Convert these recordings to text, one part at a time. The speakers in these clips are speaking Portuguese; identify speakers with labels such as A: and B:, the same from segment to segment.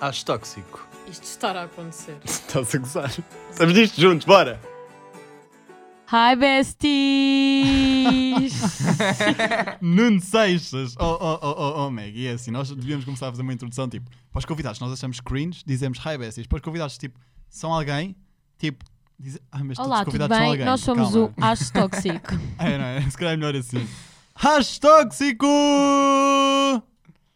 A: Acho tóxico.
B: Isto estará a acontecer.
A: Estás a gozar. Estamos nisto juntos, bora!
B: Hi, besties!
C: Nuno Seixas! Oh, oh, oh, oh, oh, Maggie, é assim, nós devíamos começar a fazer uma introdução, tipo, para os convidados nós achamos cringe, dizemos hi, besties, para os convidados, tipo, são alguém, tipo, dizem, ah, mas todos
B: Olá,
C: os
B: tudo
C: convidados são
B: bem?
C: alguém.
B: Nós somos
C: Calma.
B: o Acho Tóxico.
C: É, não é? Se calhar é melhor assim. Hash tóxico!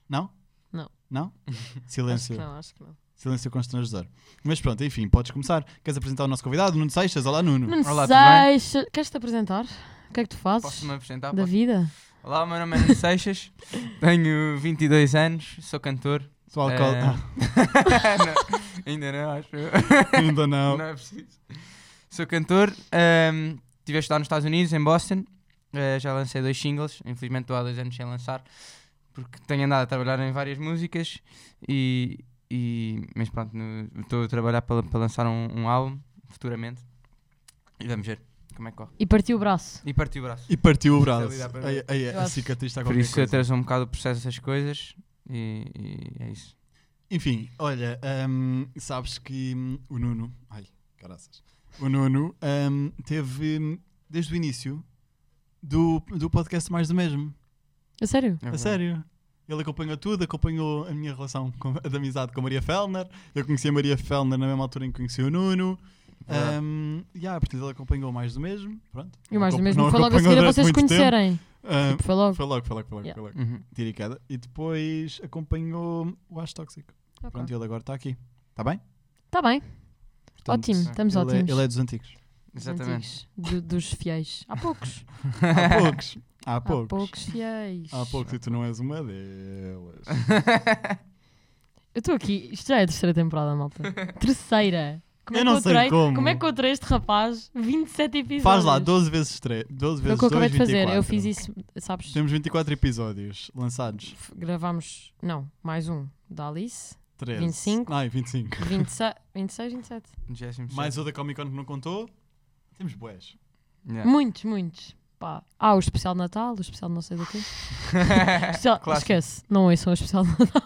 C: Não?
B: Não.
C: Não?
B: acho que
C: Silêncio.
B: não, acho que não.
C: Silêncio constrangedor. Mas pronto, enfim, podes começar. Queres apresentar o nosso convidado, Nuno Seixas? Olá, Nuno.
B: Nuno
D: Olá, tudo bem?
B: Seixas. Queres-te apresentar? O que é que tu fazes
D: Posso-me apresentar?
B: da
D: Posso?
B: vida?
D: Olá, o meu nome é Nuno Seixas, tenho 22 anos, sou cantor.
C: Sou alcoó-
D: Eh, não, ainda não, acho eu.
C: Ah, ainda não.
D: Não é preciso. Sou cantor, ehm, estive a estudar nos Estados Unidos, em Boston. eh, já lancei dois singles, infelizmente estou há dois anos sem lançar, porque tenho andado a trabalhar em várias músicas. E, e- mas pronto, no- estou a trabalhar para, para lançar um, um álbum futuramente. E vamos ver como é que corre.
B: E partiu o braço.
D: E partiu o braço.
C: E partiu o braço.
D: Especialidade é para
C: Ai, ai,
B: Eu
C: a
B: acho-
C: cicatriz está a
D: Por
C: qualquer
D: isso
C: coisa.
D: atrasou um bocado o processo dessas coisas e, e é isso.
C: Enfim, olha, hum, sabes que hum, o Nuno. Ai, caraças. O Nuno hum, teve hum, desde o início do, do podcast mais do mesmo.
B: A sério?
D: É
C: A
D: verdade.
C: sério. Ele acompanhou tudo, acompanhou a minha relação com, de amizade com a Maria Fellner. Eu conheci a Maria Fellner na mesma altura em que conheci o Nuno.
D: Verdade.
C: Hum, e ah, a partir dele acompanhou mais do mesmo. Pronto.
B: E mais do
C: Não é
B: mesmo. Foi logo a
C: acompanhou
B: seguir a
C: durante
B: vocês se
C: muito tempo.
B: conhecerem.
C: Hum,
B: Tipo, Foi logo.
C: foi logo, foi logo, foi logo.
B: Yeah.
C: Foi logo.
D: Uhum.
C: Tiro e queda. E depois acompanhou o Acho Tóxico. Pronto, ele agora está aqui. Está bem?
B: Está Tá bem,
C: Portanto,
B: ótimo. Estamos
C: ele
B: ótimos.
C: É, ele é dos antigos.
B: Dos
D: Exatamente.
B: antigos, do- dos fiéis. Há poucos.
C: Há poucos. Há
B: Há
C: poucos.
B: poucos fiéis.
C: Há poucos e tu não és uma delas.
B: Eu estou aqui, isto já é a terceira temporada, malta. terceira! Como
C: Eu
B: é
C: não
B: que
C: sei
B: encontrei-
C: como.
B: é que eu encontrei este rapaz? 27 episódios.
C: Faz lá 12 vezes 3.
B: Foi o
C: 12 vezes
B: Então, é que eu
C: 2,
B: acabei de fazer,
C: 24.
B: eu fiz isso, sabes?
C: Temos 24 episódios lançados.
B: F- Gravámos, não, mais um da Alice,
C: 13.
B: 25.
C: Ai, 25.
B: 26, 26 27.
D: 27º.
C: Mais o da Comic Con que não contou. Temos boés. É.
D: Yeah.
B: Muitos, muitos. Pá. Ah, o especial de Natal, o especial de não sei do quê.
C: É,
B: Especial-
D: Clássico.
B: esquece, não ouçam o especial de Natal.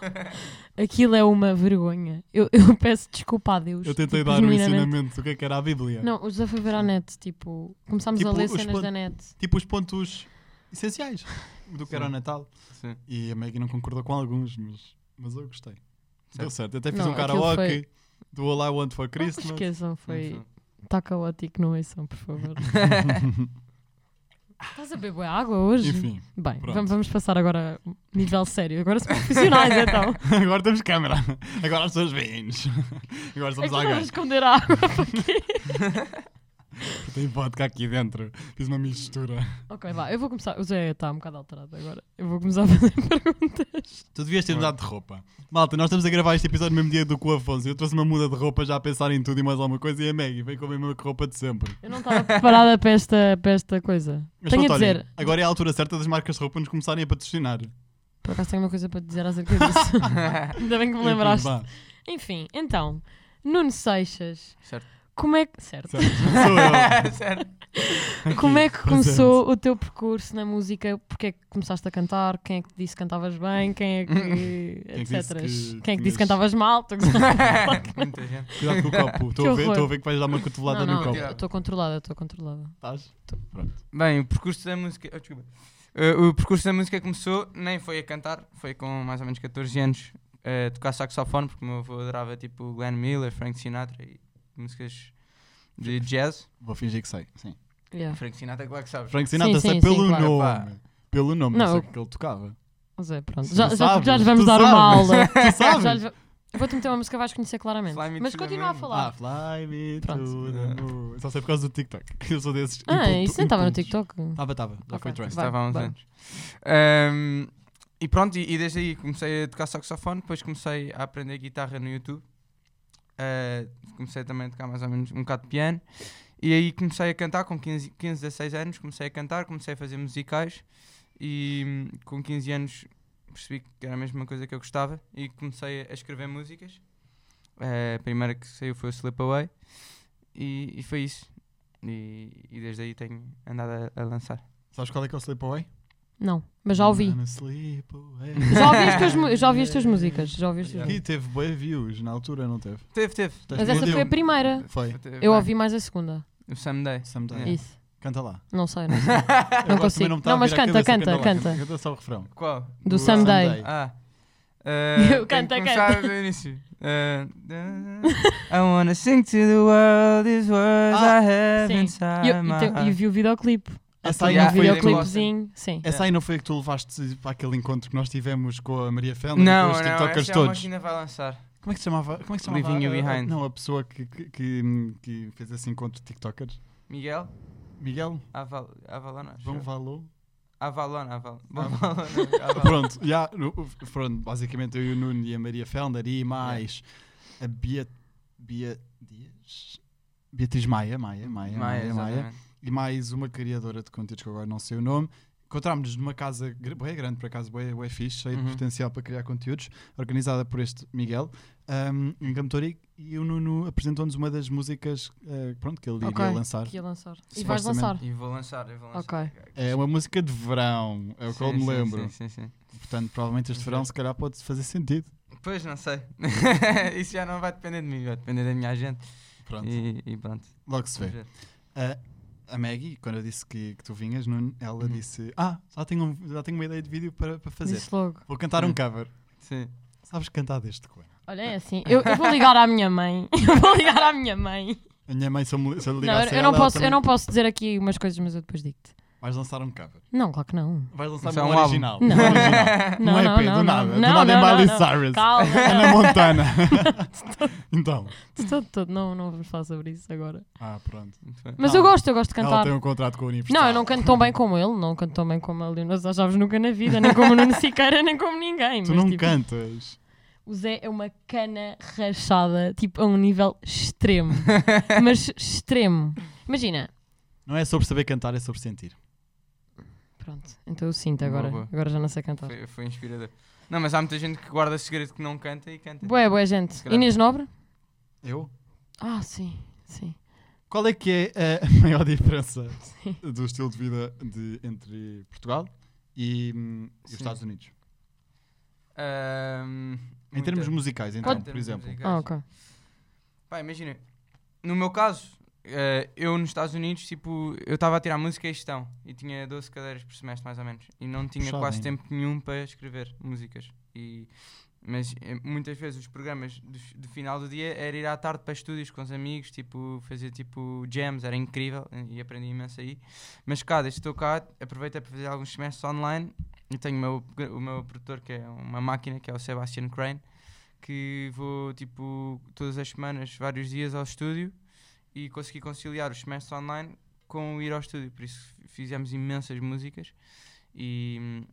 B: Aquilo é uma vergonha. Eu, eu peço desculpa a Deus.
C: Eu tentei
B: tipo,
C: dar o
B: genuinamente.
C: ensinamento do que é que era a Bíblia.
B: Não, os a ver à net, tipo, começámos a
C: Tipo,
B: ler
C: os
B: cenas
C: pon-
B: da net. Ah,
C: Tipo os pontos essenciais do que era o
D: Sim.
C: Natal.
D: Sim.
C: E a Maggie não concordou com alguns, mas, mas eu gostei. Deu certo. Até fiz
B: Não,
C: um
B: aquilo
C: karaoke
B: foi-
C: do All I Want for Christmas.
B: Não é esqueçam, foi
D: Enfim.
B: tá caótico, não ouçam, por favor. Estás a beber água hoje?
C: Enfim,
B: Bem,
C: pronto.
B: vamos, vamos passar agora a um nível sério. Agora somos profissionais, então.
C: agora temos câmera. Agora as pessoas veem-nos.
B: É
C: Agora
B: que
C: somos
B: não vamos
C: alguém.
B: esconder a água para quê?
C: Tem vodka aqui dentro. Fiz uma mistura.
B: ok, vá, eu vou começar. O Zé está um bocado alterado agora. Eu vou começar a fazer perguntas.
C: Tu devias ter mudado de roupa. Malta, nós estamos a gravar este episódio no mesmo dia do que o Afonso. Eu trouxe uma muda de roupa já a pensar em tudo e mais alguma coisa. E a Maggie vem com a mesma roupa de sempre.
B: Eu não estava preparada para esta, para esta coisa.
C: Mas
B: tenho a
C: pronto, olhem,
B: dizer,
C: agora é a altura certa das marcas de roupa nos começarem a patrocinar.
B: por acaso tenho uma coisa para te dizer acerca disso. Ainda bem que me
C: Enfim,
B: lembraste.
C: vá.
B: Enfim, então, Nuno Seixas,
D: Certo.
B: como é que. Certo.
C: Certo, sou eu.
D: Certo.
B: Como é que
C: presente.
B: começou o teu percurso na música? Porque é que começaste a cantar? Quem é que te disse que cantavas bem? Quem é que.
C: é que disse
B: etc.
C: que
B: Quem é que disse que
C: tinhas-
B: cantavas mal? Estou a gozar.
D: Muita gente.
C: Cuidado com o copo. Estou
B: Que
C: a ver-
B: horror.
C: Estou a ver que vais dar uma cotovelada
B: Não,
C: no
B: não,
C: copo.
B: eu estou controlada, estou controlada.
C: Estás?
D: Bem, o percurso da música. Oh, desculpa. Uh, o percurso da música começou, nem foi a cantar, foi com mais ou menos 14 anos uh, a tocar saxofone, porque o meu avô adorava tipo Glenn Miller, Frank Sinatra e músicas de jazz.
C: Vou fingir que sei. Sim.
B: Yeah.
D: Frank Sinatra, claro que sabes.
C: Frank
B: Sim,
C: Sinatra
B: sim, sim,
C: sei pelo
B: claro.
C: nome. Pelo nome, não,
B: Não,
C: sei o
B: eu-
C: que ele tocava.
B: Mas é, pronto.
C: Tu
B: Já, já,
C: sabes,
B: já lhes vamos
C: tu
B: dar uma
C: sabes.
B: aula.
C: Tu sabes?
B: Já lhes va- Eu Vou-te meter uma música que vais conhecer claramente.
D: Fly me
B: Mas
D: to the
B: continua a
D: moon.
C: Ah,
B: falar.
C: fly me
B: Pronto.
C: to the moon. Só sei por causa do TikTok. Eu sou desses. Então,
B: Ah, isso não estava no
C: impulsos.
B: TikTok.
C: Estava, estava. Já
B: Ok.
C: foi trend.
B: Vai,
D: estava há uns
B: vai.
D: anos. Ahm, e pronto, e, e desde aí comecei a tocar saxofone, depois comecei a aprender guitarra no YouTube. Ah, comecei também a tocar mais ou menos um bocado de piano. E aí comecei a cantar com 15, 15 16 anos, comecei a cantar, comecei a fazer musicais e hum, com 15 anos percebi que era a mesma coisa que eu gostava e comecei a escrever músicas. Ah, a primeira que saiu foi o Slip Away e, e foi isso. E, e desde aí tenho andado a- a lançar.
C: Sabes qual é que é o Sleepaway?
B: Não, mas já ouvi.
C: Wanna sleep away.
B: Já ouvi as tuas, mu- já ouvi as tuas músicas. Já ouvi as tuas
C: E
B: músicas.
C: teve boas views, na altura não teve.
D: Teve, teve.
B: Mas essa foi a primeira.
C: Foi. É.
D: Teve,
B: Eu
D: vai.
B: ouvi mais a segunda.
D: O Someday.
C: Someday.
D: Yeah.
B: Isso.
C: Canta lá.
B: Não sei, não sei.
C: Eu
B: Não
C: gosto também,
B: consigo.
C: me tá
B: Não,
C: a
B: mas
C: vir à
B: canta,
C: cabeça,
B: canta,
C: lá,
B: canta.
C: Canta só o refrão.
D: Qual?
B: Do Someday.
D: Ah. Eh,
B: Eu canto,
D: tenho que
B: canto.
D: começar do início. Ah, I wanna sing to the world these words I have
B: Ah, Sim.
D: inside
B: E eu,
D: my
B: e te- e
D: heart.
B: vi o videoclipe.
C: Essa aí
B: Tem um
D: Yeah,
C: Ah, não foi a que
D: videoclipe.
C: tu-
B: videoclipezinho. Sim.
C: essa aí não foi a que tu levaste para aquele encontro que nós tivemos com a Maria Fernanda e
D: Não,
C: com os
D: não,
C: TikTokers
D: essa é uma
C: todos.
D: que ainda vai lançar.
C: Como é que se chamava? Como é que se chamava?
D: Leaving You
C: a- a-
D: Behind.
C: Não, a pessoa que, que, que, que fez esse encontro de TikTokers.
D: Miguel
C: Miguel?
D: Aval Avalona. acho
C: Vão
D: eu.
C: Valou?
D: Avalona, Aval-
C: Ah.
D: Avalona. Avalona.
C: Pronto, já, no- pronto, basicamente eu e o Nuno e a Maria Fender e mais a Bia, Bia Dias? Beatriz Maia, Maia, Maia, Maia, Maia,
D: exatamente.
C: e mais uma criadora de conteúdos que eu agora não sei o nome. Encontrámos-nos numa casa gr- bué grande, por acaso, bué, bué fixe, cheia
D: Uhum.
C: de potencial para criar conteúdos, organizada por este Miguel, um, em Campotorico, e o Nuno apresentou-nos uma das músicas eh, pronto, que ele iria
B: Ok.
C: lançar.
B: Que ia lançar. E vais
C: Supostamente.
B: lançar.
D: E vou lançar, eu vou lançar.
B: Ok.
C: É uma música de verão, é o que eu
D: Sim,
C: me
D: sim,
C: lembro.
D: Sim, sim, sim.
C: Portanto, provavelmente este verão, se calhar, pode fazer sentido.
D: Pois, não sei. Isso já não vai depender de mim, vai depender da minha agente.
C: Pronto,
D: E, e pronto.
C: logo se vê.
D: vamos ver.
C: A, a Maggie, quando eu disse que, que tu vinhas, Nuno, ela
D: Uhum.
C: disse: Ah, já tenho, um- já tenho uma ideia de vídeo para, para fazer.
B: Disse logo.
C: Vou cantar um
D: Uhum.
C: cover.
D: Sim.
C: Sabes cantar deste cover?
B: Olha, é assim. Eu, eu vou ligar à minha mãe. Eu vou ligar à minha mãe.
C: A minha mãe, se eu, me- se eu lhe
B: Não, eu,
C: ligasse a
B: eu
C: ela,
B: não
C: ela
B: posso, eu
C: também-
B: não posso dizer aqui umas coisas, mas eu depois digo-te.
C: Vais lançar um cover.
B: Não, claro que não.
C: Vais lançar
D: Isso é
C: um,
D: um álbum.
C: original.
B: Não.
C: Um original.
B: Não,
C: um EP,
B: não,
C: do
B: não,
C: nada.
B: não,
C: do
B: não,
C: nada é
B: não,
C: Miley
B: não.
C: Cyrus.
B: Calma,
C: Ana Montana. então.
B: de todo, de todo. Não, não vamos falar sobre isso agora.
C: Ah, pronto.
D: Muito bem.
B: Mas
C: Não.
B: eu gosto, eu gosto de
C: Ela
B: cantar.
C: tem um contrato com a Universal.
B: Não, eu não canto tão bem como ele, não canto tão bem como a Leonor Sá Chaves nunca na vida, nem como o Nuno Siqueira, nem como ninguém.
C: Tu
B: mas,
C: não
B: tipo,
C: cantas.
B: O Zé é uma cana rachada, tipo, a um nível extremo. mas extremo. Imagina.
C: Não é sobre saber cantar, é sobre sentir.
B: Pronto, então eu sinto
D: Boa,
B: agora.
D: boa.
B: Agora já não sei
C: Ah.
B: cantar.
D: Foi, foi inspirador. Não, mas há muita gente que guarda segredo que não canta e canta.
B: Boa, boa, gente.
D: calhar-
B: Inês Nobre?
C: Eu?
B: Ah, sim, sim.
C: Qual é que é a maior diferença
B: sim.
C: do estilo de vida de- entre Portugal e, hum, e os
D: Sim.
C: Estados Unidos?
D: Ahm,
C: Em
D: muita-
C: termos musicais, então,
D: Em
C: por
D: termos
C: exemplo.
D: musicais.
B: Ah, ok.
D: Pá, imagina, no meu caso, eh, eu nos Estados Unidos, tipo, eu estava a tirar música e gestão e tinha 12 cadeiras por semestre, mais ou menos, e não tinha
C: Puxado
D: quase
C: ainda.
D: tempo nenhum para escrever músicas. E, mas eh, muitas vezes os programas do, do final do dia era ir à tarde para estúdios com os amigos, tipo, fazer tipo jams, era incrível eh, e aprendi imenso aí. Mas cá, desde que estou cá, aproveitei para fazer alguns semestres online e tenho o meu, o meu produtor, que é uma máquina, que é o Sebastian Crane que vou tipo todas as semanas, vários dias ao estúdio e consegui conciliar os semestres online com o ir ao estúdio, por isso fizemos imensas músicas e,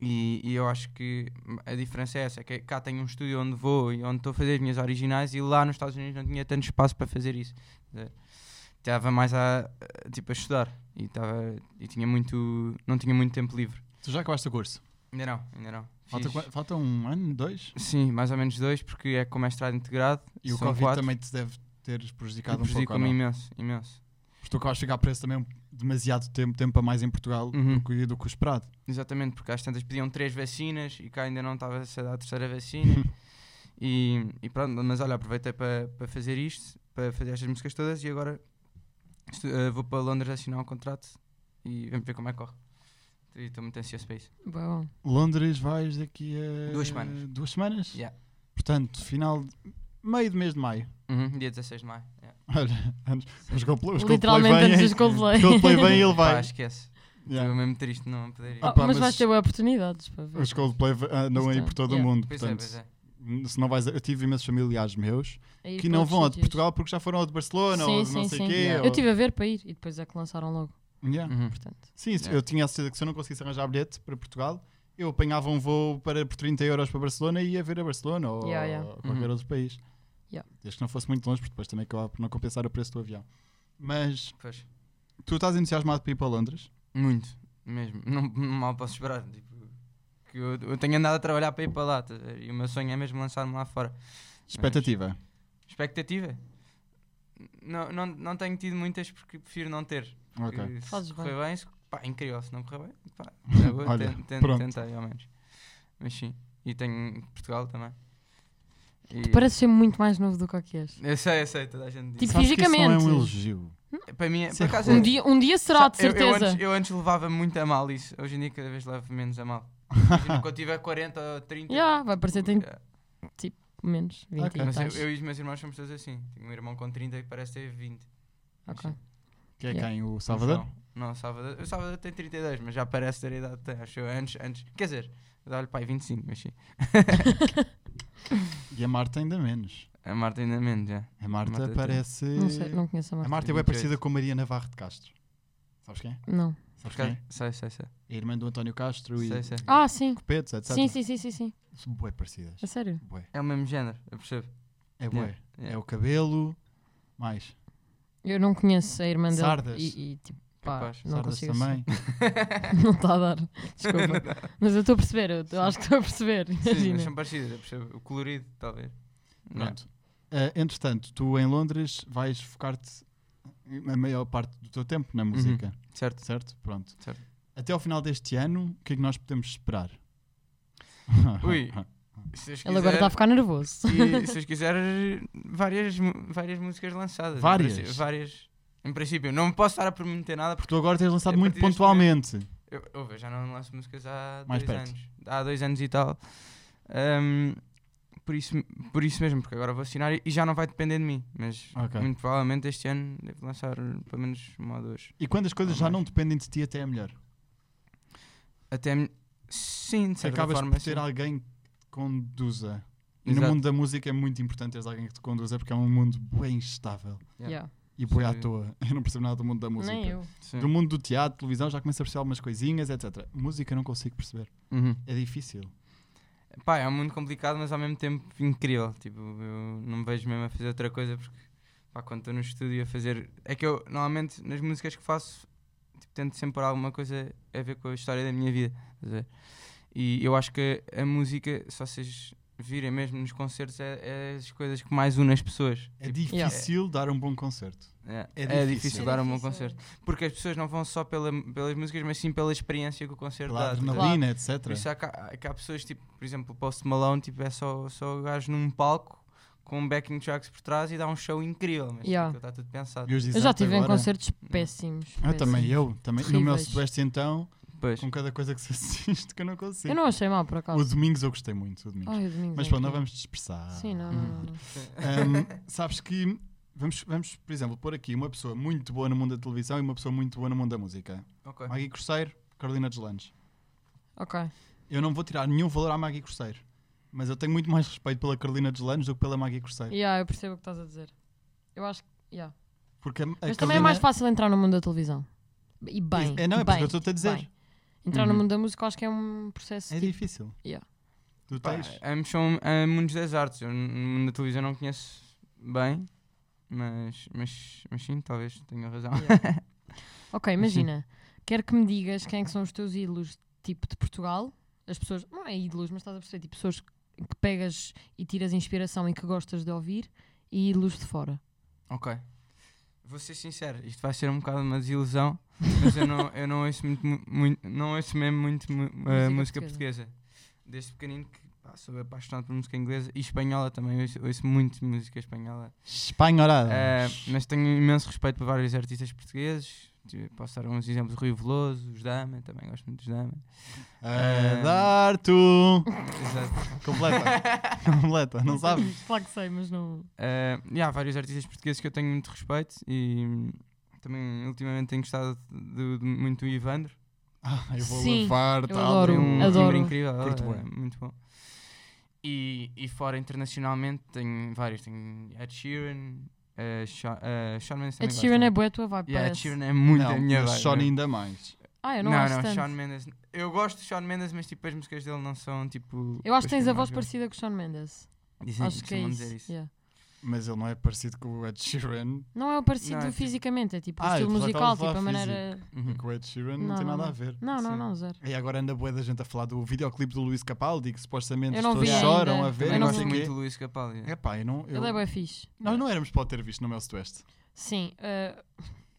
D: e, e eu acho que a diferença é essa, é que cá tenho um estúdio onde vou e onde estou a fazer as minhas originais e lá nos Estados Unidos não tinha tanto espaço para fazer isso. Eh, Estava mais a, eh, tipo, a estudar e, estava, e tinha muito, não tinha muito tempo livre.
C: Tu já acabaste o curso?
D: Ainda não, ainda não.
C: Falta,
D: Fiz-
C: qua- falta um ano, dois?
D: Sim, mais ou menos dois, porque é com mestrado integrado.
C: E o
D: são
C: Covid
D: quatro,
C: também te deve ter prejudicado um pouco. ou
D: Prejudicou-me
C: não?
D: imenso, imenso.
C: Porque tu acabas de ficar preso também um, demasiado tempo, tempo a mais em Portugal
D: Uhum.
C: do que- do que o esperado.
D: Exatamente, porque às tantas pediam três vacinas e cá ainda não estava a ser dada a terceira vacina. e, e pronto, mas olha, aproveitei para para fazer isto, para fazer estas músicas todas e agora estu- eh, vou para Londres assinar um contrato e vamos ver como é que corre. E Estou muito ansioso para isso.
B: Bom.
C: Londres vais daqui a.
D: Duas semanas.
C: Duas semanas?
D: Yeah.
C: Portanto, final. de- meio de mês de maio.
D: Uhum, dia 16 de maio. yeah.
C: Olha, antes- os Coldplay- os
B: Literalmente
C: Coldplay
B: antes
C: vêm-
B: dos Coldplay.
C: os Coldplay vem e ele
D: Pá,
C: vai.
D: esquece. Estou
C: Yeah.
D: mesmo triste de não poder ir.
B: Oh,
C: Ah, pá,
B: mas,
C: mas-
B: vais ter boas oportunidades para ver.
C: Os Coldplay v- andam aí
B: Isto é-
C: por todo
B: Uhum. yeah.
C: o mundo.
D: Pois é,
C: portanto,
D: pois é.
C: se não vais. a- Eu tive imensos familiares meus
B: A ir
C: que
B: para
C: não
B: outros
C: vão ao de
B: sítios.
C: Portugal porque já foram ao de Barcelona ou
B: Sim,
C: de não
B: sim,
C: sei
B: sim.
C: quê.
B: Eu
C: ou-
B: estive a ver para ir e depois é que lançaram logo.
C: Yeah.
D: Uhum.
B: Portanto.
C: Sim, isso-
D: Yeah.
C: eu tinha a certeza que se eu não conseguisse arranjar bilhete para Portugal, eu apanhava um voo para, por 30 euros para Barcelona e ia ver a Barcelona ou,
B: Yeah, yeah.
C: ou qualquer
D: Uhum.
C: outro país.
B: Yeah.
C: Desde que não fosse muito longe, porque depois também acabava por não compensar o preço do avião. Mas
D: Pois.
C: tu estás entusiasmado para ir para Londres?
D: Muito, mesmo. Não, mal posso esperar. Tipo, que eu, eu tenho andado a trabalhar para ir para lá. estás a ver? E o meu sonho é mesmo lançar-me lá fora.
C: Expectativa.
D: Expectativa? Não, não, não tenho tido muitas porque prefiro não ter.
C: Ok.
D: Que Se
B: Fazes
D: correr bem, se Pá, incrível, se não correu bem, pá, na boa,
C: Olha,
D: ten- ten-
C: pronto.
D: tentei, ao menos. Mas sim, e tenho Portugal também. E-
B: Tu pareces ser muito mais novo do que o que é. és.
D: Eu sei, eu sei, toda a gente diz.
B: Tipo,
C: Sabes que isso não é
B: fisicamente.
C: um elogio.
D: Para mim, é-
C: isso
D: por
C: é
D: acaso,
C: ruim.
D: é-
B: Um dia, um dia será, de
D: Eu- Eu,
B: certeza.
D: antes, eu antes levava muito a mal isso. Hoje em dia cada vez levo menos a mal. Imagina, quando eu tiver 40 ou 30.
B: Yeah, vai parecer que tem
D: Yeah.
B: menos 20
C: Ok.
B: e
D: Mas
B: tal.
D: eu, eu e os meus irmãos somos todos assim. Tenho um irmão com 30 que parece ter 20.
B: Ok.
D: Sim.
C: Que é
B: Yeah.
C: quem? O Salvador?
D: Não, o Salvador. O Salvador tem 32, mas já parece ter a idade que tem. Acho eu antes. antes quer dizer, dá-lhe pai 25, mas sim.
C: E a Marta ainda menos.
D: A Marta ainda menos, já.
C: A Marta,
D: Marta tem-
C: parece.
B: Não sei, não conheço a
C: A
B: Marta.
C: Marta é bem
D: 28.
C: parecida com a Maria Navarro de Castro. Sabes quem? é?
B: Não.
C: Sabes
D: Por
C: quem?
D: acaso-
C: é?
D: Sei, sei, sei.
C: A irmã do António Castro e.
D: Sei, sei.
B: Ah, sim.
C: Copetes, etc.
B: Sim, sim, sim, sim, sim.
C: São bué parecidas.
B: A sério.
C: Bué.
D: É o mesmo género, eu percebo.
C: É bué.
D: Yeah, yeah.
C: É o cabelo. Mais.
B: Eu não conheço a irmã dele.
C: Sardas.
B: E, e, tipo, pá,
D: Capaz.
B: não
C: Sardas
B: consigo.
C: também.
B: Não está a dar. Desculpa. Mas eu estou a perceber. Eu, eu acho que estou a perceber.
D: Sim, mas
B: Imagina.
D: são parecidas, eu percebo. O colorido, talvez. Não.
C: Pronto. Ah, entretanto, tu em Londres vais focar-te a maior parte do teu tempo na música.
D: Certo.
C: Certo? Pronto.
D: Uhum. Certo.
C: Até ao final deste ano, o que é que nós podemos esperar?
D: Ui. Se Deus
B: Ele agora tá
D: quiser-
B: está a ficar nervoso.
D: E se eu quiser, várias, mu- várias músicas lançadas. Em
C: Várias?
D: princípio- várias. Em princípio, não me posso estar a prometer nada porque
C: Tu agora tens lançado
D: A
C: muito
D: partir deste
C: pontualmente.
D: eu, ouve, eu já não lanço músicas há
C: Mais
D: dois
C: perto.
D: anos. Há dois anos e tal. Ahm, por, isso, por isso mesmo, porque agora vou assinar e já não vai depender de mim. Mas
C: Ok.
D: muito provavelmente este ano devo lançar pelo menos uma ou duas.
C: E quando as coisas
D: Ou
C: já
D: mais.
C: não dependem de ti, até é melhor.
D: Até. me- Sim, de
C: Se
D: certa
C: acabas
D: forma.
C: por ter
D: sim.
C: alguém que te conduza. E no
D: Exato.
C: mundo da música é muito importante teres alguém que te conduza porque é um mundo bem instável
D: Yeah.
B: Yeah.
C: e boi à
D: Sim.
C: toa. Eu não percebo nada do mundo da música.
B: Nem eu.
D: Sim.
C: Do mundo do teatro, televisão, já começo a perceber algumas coisinhas, etc. Música eu não consigo perceber.
D: Uhum.
C: É difícil.
D: Pá, é um mundo complicado, mas ao mesmo tempo incrível. Tipo, eu não me vejo mesmo a fazer outra coisa porque, pá, quando estou no estúdio a fazer. É que eu, normalmente, nas músicas que faço, tipo, tento sempre pôr alguma coisa a ver com a história da minha vida. estás a ver? E eu acho que a música, se vocês virem mesmo nos concertos, é, é as coisas que mais unem as pessoas. Tipo,
C: É difícil dar um bom concerto.
D: É,
C: É
D: é
C: difícil.
D: difícil, dar um bom concerto. Porque as pessoas não vão só pela, pelas músicas, mas sim pela experiência que o concerto
C: Pela
D: dá. estás a ver?
C: adrenalina,
D: Por
C: etc.
D: é. isso há, cá- há, que há pessoas, tipo, por exemplo, o Post Malone tipo, é só, só o gajo num palco com um backing tracks por trás e dá um show incrível, mas
B: Yeah.
D: aquilo está tudo pensado.
C: E os
B: Eu já
C: desertos
B: estive em
C: agora?
B: concertos péssimos.
C: Ah, também
B: péssimos.
C: eu, também. No meu
B: assim. Terríveis.
C: Sudoeste, então,
D: Pois.
C: com cada coisa que se assiste, que eu não consigo.
B: Eu não achei mal, por
C: O
B: acaso.
C: Domingos eu gostei muito, o Domingos.
B: Ai, o domingo.
C: Mas
B: é
C: pronto, não
B: incrível.
C: vamos Hum. dispersar.
B: Sim, não, não, não, não.
C: Ahm, sabes que vamos, vamos, por exemplo, pôr aqui uma pessoa muito boa no mundo da televisão e uma pessoa muito boa no mundo da música.
D: Ok.
C: Maggie Cruzeiro, Carolina Deslandes.
B: Ok.
C: Eu não vou tirar nenhum valor à Maggie Cruzeiro, mas eu tenho muito mais respeito pela Carolina Deslandes do que pela Maggie Cruzeiro.
B: Yeah, eu percebo o que estás a dizer. Eu acho que. Yeah.
C: Porque a, a
B: Mas também é
C: Carolina-
B: mais fácil entrar no mundo da televisão. E bem.
C: É, não, é porque
B: bem,
C: eu estou-te a dizer.
B: bem. Entrar no
D: Uhum.
B: mundo da música eu acho que é um processo.
C: É
B: tipo-
C: difícil.
B: Yeah.
C: Tu
D: Pá,
C: tens.
D: ambos são ah, mundos das artes. Eu n- n- na televisão não conheço bem, mas, mas, mas sim, talvez tenha razão.
B: Ok, imagina. Quero que me digas quem é que são os teus ídolos, tipo, de Portugal. As pessoas. Não é ídolos, mas estás a perceber. Tipo, pessoas que pegas e tiras inspiração e que gostas de ouvir. E ídolos de fora.
D: ok. Vou ser sincero, isto vai ser um bocado uma desilusão, mas eu não, eu não ouço muito, mu- muito- não ouço mesmo muito mu- ah,
B: Música
D: música portuguesa.
B: portuguesa.
D: Desde pequenino que pá, sou apaixonado por música inglesa e espanhola também, ouço, ouço muito música espanhola.
C: Espanholada.
D: Ah, mas tenho imenso respeito por vários artistas portugueses. Tipo, Posso dar uns exemplos, Rui Veloso, os Dama, também gosto muito dos Dama.
C: A
D: Ah.
C: dar tu.
D: Exato.
C: Completa. Completa. Não sabes?
B: Claro que sei, mas não.
D: Ah, e há vários artistas portugueses que eu tenho muito respeito e hum, também ultimamente tenho gostado do- do- muito do Ivandro.
C: Ah, eu vou
B: Sim,
C: levar.
B: eu adoro.
D: Tem um
B: adoro.
D: timbre incrível,
C: Curto
D: é,
C: bué.
D: muito bom. E, e fora internacionalmente, tenho vários. Tenho Ed Sheeran, eh, Sha- eh, Sean Mendes também
B: Ed Sheeran é
D: bom.
B: boa a tua vibe,
D: Ed
B: parece.
D: Sheeran é muito a minha né? vibe.
C: Sean
D: meu.
C: ainda mais.
B: Ah, eu
D: não,
B: não, acho tanto.
D: Shawn Mendes. Eu gosto de Shawn Mendes, mas tipo, as músicas dele não são tipo.
B: Eu acho
D: as
B: que tens a
D: eu mais
B: voz
D: gosto.
B: parecida com o Shawn Mendes.
D: Dizem,
B: acho que é
D: costumam
B: isso.
D: dizer isso.
B: yeah.
C: Mas ele não é parecido com o Ed Sheeran.
B: Não é o parecido
D: Não, é tipo-
B: fisicamente, é tipo o
C: Ah, eu
B: estilo
C: pensava que
B: musical, tipo
C: estavas
B: a
C: a falar
B: maneira.
D: Uhum.
C: Porque o Ed Sheeran não,
B: Não,
C: tem
B: não,
C: nada a ver.
B: Não, não,
D: Sim.
B: não, zero.
C: E agora anda boa da gente a falar do videoclipe do Luís Capaldi, que supostamente
B: Eu
C: as
B: não
C: pessoas
B: vi
C: choram
B: ainda.
C: a ver.
D: Também
B: Eu não
C: não
D: gosto
C: sei
B: vou-
C: o
D: muito do
C: quê.
D: Luís Capaldi.
C: É pá, eu não. eu-
B: Ele é bem fixe.
C: Nós não éramos para o ter visto no Mel Sudoeste.
B: Sim. eh,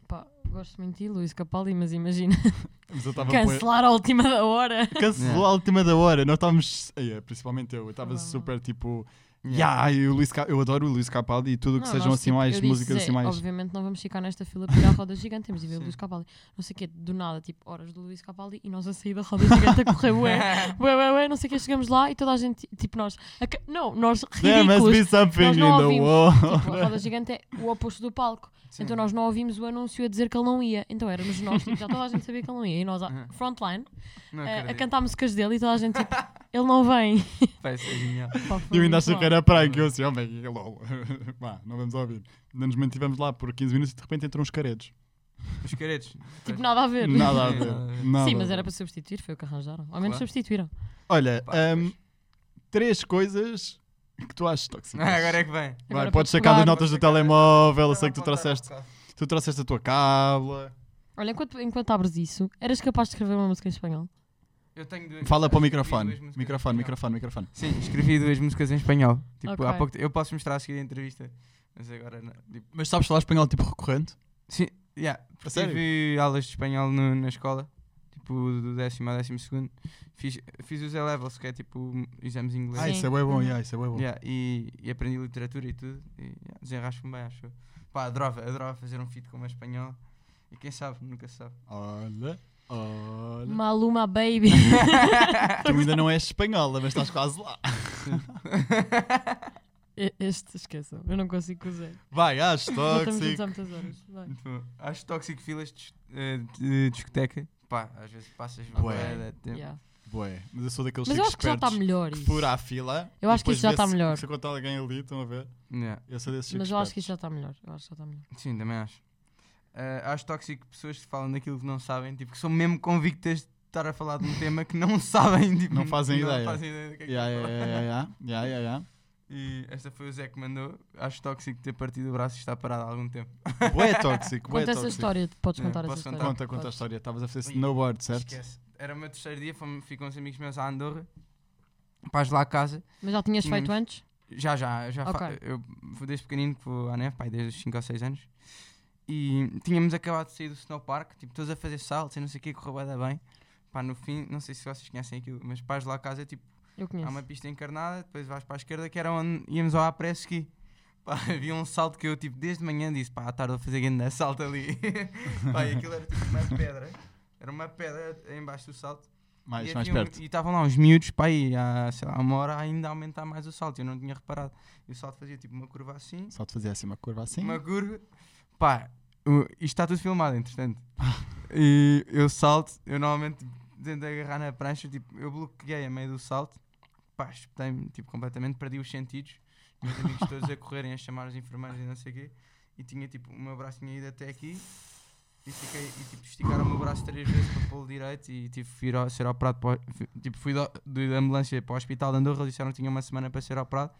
B: pá, Gosto muito de ti, Luís Capaldi, mas imagina
C: Mas eu estava a pôr-
B: cancelar a última da hora.
C: Cancelou
D: Yeah.
C: a última da hora. Nós estávamos. Ei, é, principalmente eu. Eu estava
B: Tava mal.
C: super tipo. Yeah, e o Luís Ca- eu adoro o Luís Capaldi e tudo o que
B: Não,
C: sejam
B: nós,
C: assim
B: tipo,
C: mais
B: eu disse,
C: músicas assim
B: é,
C: mais.
B: Obviamente não vamos ficar nesta fila para ir à roda gigante, temos de ver o
D: Sim.
B: Luís Capaldi. Não sei o quê, do nada, tipo, horas do Luís Capaldi e nós a sair da roda gigante a correr, ué, ué, ué, ué, não sei o quê, chegamos lá e toda a gente, tipo, nós, a ca- não, nós
C: There must
B: ridículos.
C: be something
B: Nós
C: in the
B: não ouvimos. Tipo, a
C: world.
B: roda gigante é o oposto do palco.
D: Sim.
B: Então nós não ouvimos o anúncio a dizer que ele não ia. Então éramos nós, tipo, já toda a gente sabia que ele não ia. E nós, à
D: Uhum.
B: frontline, eh,
D: Não
B: É, a, a
D: acredito.
B: cantar músicas dele e toda a gente, tipo, ele não vem.
D: Vai ser genial.
B: Pá, foi
C: E eu ainda
B: muito
C: achei
B: bom.
C: que era prank. Eu assim, oh, man, lol. Vá, não vamos ouvir. Ainda nos mantivemos lá por 15 minutos e de repente entram uns caredos.
D: Os caretos.
B: Tipo, nada a ver.
C: Nada a
D: Sim,
C: ver.
D: nada a ver.
C: nada
B: Sim,
C: a
B: mas
C: ver.
B: era para substituir, foi o que arranjaram. Ao
D: Claro.
B: menos substituíram.
C: Olha,
D: Pá,
C: ahm, três coisas que tu achas tóxicas.
D: Agora é que vem.
C: Vai,
B: Agora
C: podes
B: podes
C: sacar das
B: pegar.
C: notas do
D: Podes sacar.
C: telemóvel. Eu sei que tu
D: Não, não, não,
C: trouxeste,
D: não,
C: tu trouxeste a tua cábula.
B: Olha, enquanto, enquanto abres isso, eras capaz de escrever uma música em espanhol?
D: Eu tenho duas-
C: Fala para
D: escrevi
C: o microfone.
D: duas músicas em
C: Microfone,
D: espanhol.
C: microfone, microfone.
D: Sim, escrevi duas músicas em espanhol. Tipo,
B: Ok.
D: há pouco te- eu posso mostrar a seguir a entrevista. Mas agora não. Tipo,
C: Mas sabes falar espanhol tipo recorrente?
D: sim, yeah,
C: A
D: tive aulas de espanhol no- na escola. Tipo, do décimo ao décimo segundo. Fiz, fiz os E-Levels, que é tipo exames em inglês.
C: Ah,
B: Sim.
C: isso é bem bom,
B: Uhum.
C: yeah, isso é bem bom.
D: Yeah, e, e aprendi literatura e tudo. E yeah, desenrasco-me bem, acho. eu. Pá, adorava, adorava fazer um feat com uma espanhola. E quem sabe, nunca se sabe.
C: Olha, olha.
B: Maluma Baby.
C: Tu ainda não és espanhola, mas estás quase lá.
B: E- este, esqueçam, eu não consigo usar.
C: Vai,
B: Já
C: acho
B: estamos juntos
C: tóxico.
B: há muitas horas. vai.
D: Muito bom. Então, Acho tóxico filas de, dis- eh, de discoteca. Pá, às vezes passas uma
C: Ué.
D: bué de tempo.
B: Yeah.
C: Bué, mas eu sou daqueles
B: Mas eu
C: chicos
B: acho que já está
C: espertos
B: melhor
C: que
B: isso.
C: fura a fila.
B: Eu
C: e
B: acho que
C: depois
B: isso já
C: vê
B: está
C: se-
B: melhor.
C: Se encontrar alguém ali, estão a ver?
D: Yeah.
C: Eu sou desses chicos
B: Mas eu acho que isso
C: espertos.
B: já está melhor. Eu acho que já está melhor.
D: Sim, também acho. Eh, acho tóxico pessoas que falam daquilo que não sabem, tipo, que são mesmo convictas de estar a falar de um tema que não sabem, tipo,
C: Não fazem ideia.
D: fazem ideia do que é que
C: Yeah,
D: estão a
C: yeah,
D: falar.
C: yeah, yeah, yeah, yeah, yeah,
D: E esta foi o Zé que mandou. Acho tóxico ter partido o braço e estar parado há algum tempo.
C: yeah. Bué tóxico, bué
B: Conta essa
C: tóxico.
B: história, podes
D: É,
B: contar
D: posso
B: essa história.
D: contar?
C: Conta, conta a história. Estavas a fazer
D: Ui,
C: snowboard, certo?
D: Esquece. Era o meu terceiro dia, fomos- fui com uns amigos meus à Andorra, pais lá a casa.
B: Mas já tinhas feito
D: Tínhamos-
B: antes?
D: Já, já, já. fa-
B: Ok.
D: Eu vou desde pequenino que vou à neve, pai, desde os 5 ou 6 anos. E tínhamos acabado de sair do snowpark, tipo, todos a fazer saltos e não sei o que, correu bué da bem. Pá, no fim, não sei se vocês conhecem aquilo, mas pais lá a casa, tipo,
B: Eu conheço.
D: há uma pista encarnada, depois vais para a esquerda, que era onde íamos ao press ski. Pá, havia um salto que eu, tipo, desde manhã disse, pá, à tarde vou fazer grande salto ali. pá, e aquilo era tipo uma pedra. Era uma pedra embaixo do salto.
C: Mais,
D: E
C: mais
D: havia um-
C: perto.
D: E estavam lá uns miúdos, pá, aí há, sei lá, uma hora ainda a aumentar mais o salto. Eu não tinha reparado. E o salto fazia tipo uma curva assim,
C: Só te fazia assim uma curva assim.
D: uma curva. Pá, o- isto está tudo filmado, entretanto. e eu salto, eu normalmente tento agarrar na prancha, tipo, eu bloqueei a meio do salto. Pá, espetei-me, tipo, completamente, perdi os sentidos. Meus amigos todos a correrem, a chamar os enfermeiros e não sei o quê. E tinha, tipo, o meu braço tinha ido até aqui. E, fiquei, e tipo, esticaram o meu braço três vezes para pô-lo direito e tive que ir ao- ser operado. Para, o- fui- tipo, fui do- de de ambulância para o hospital de Andorra, disseram que tinha uma semana para ser operado.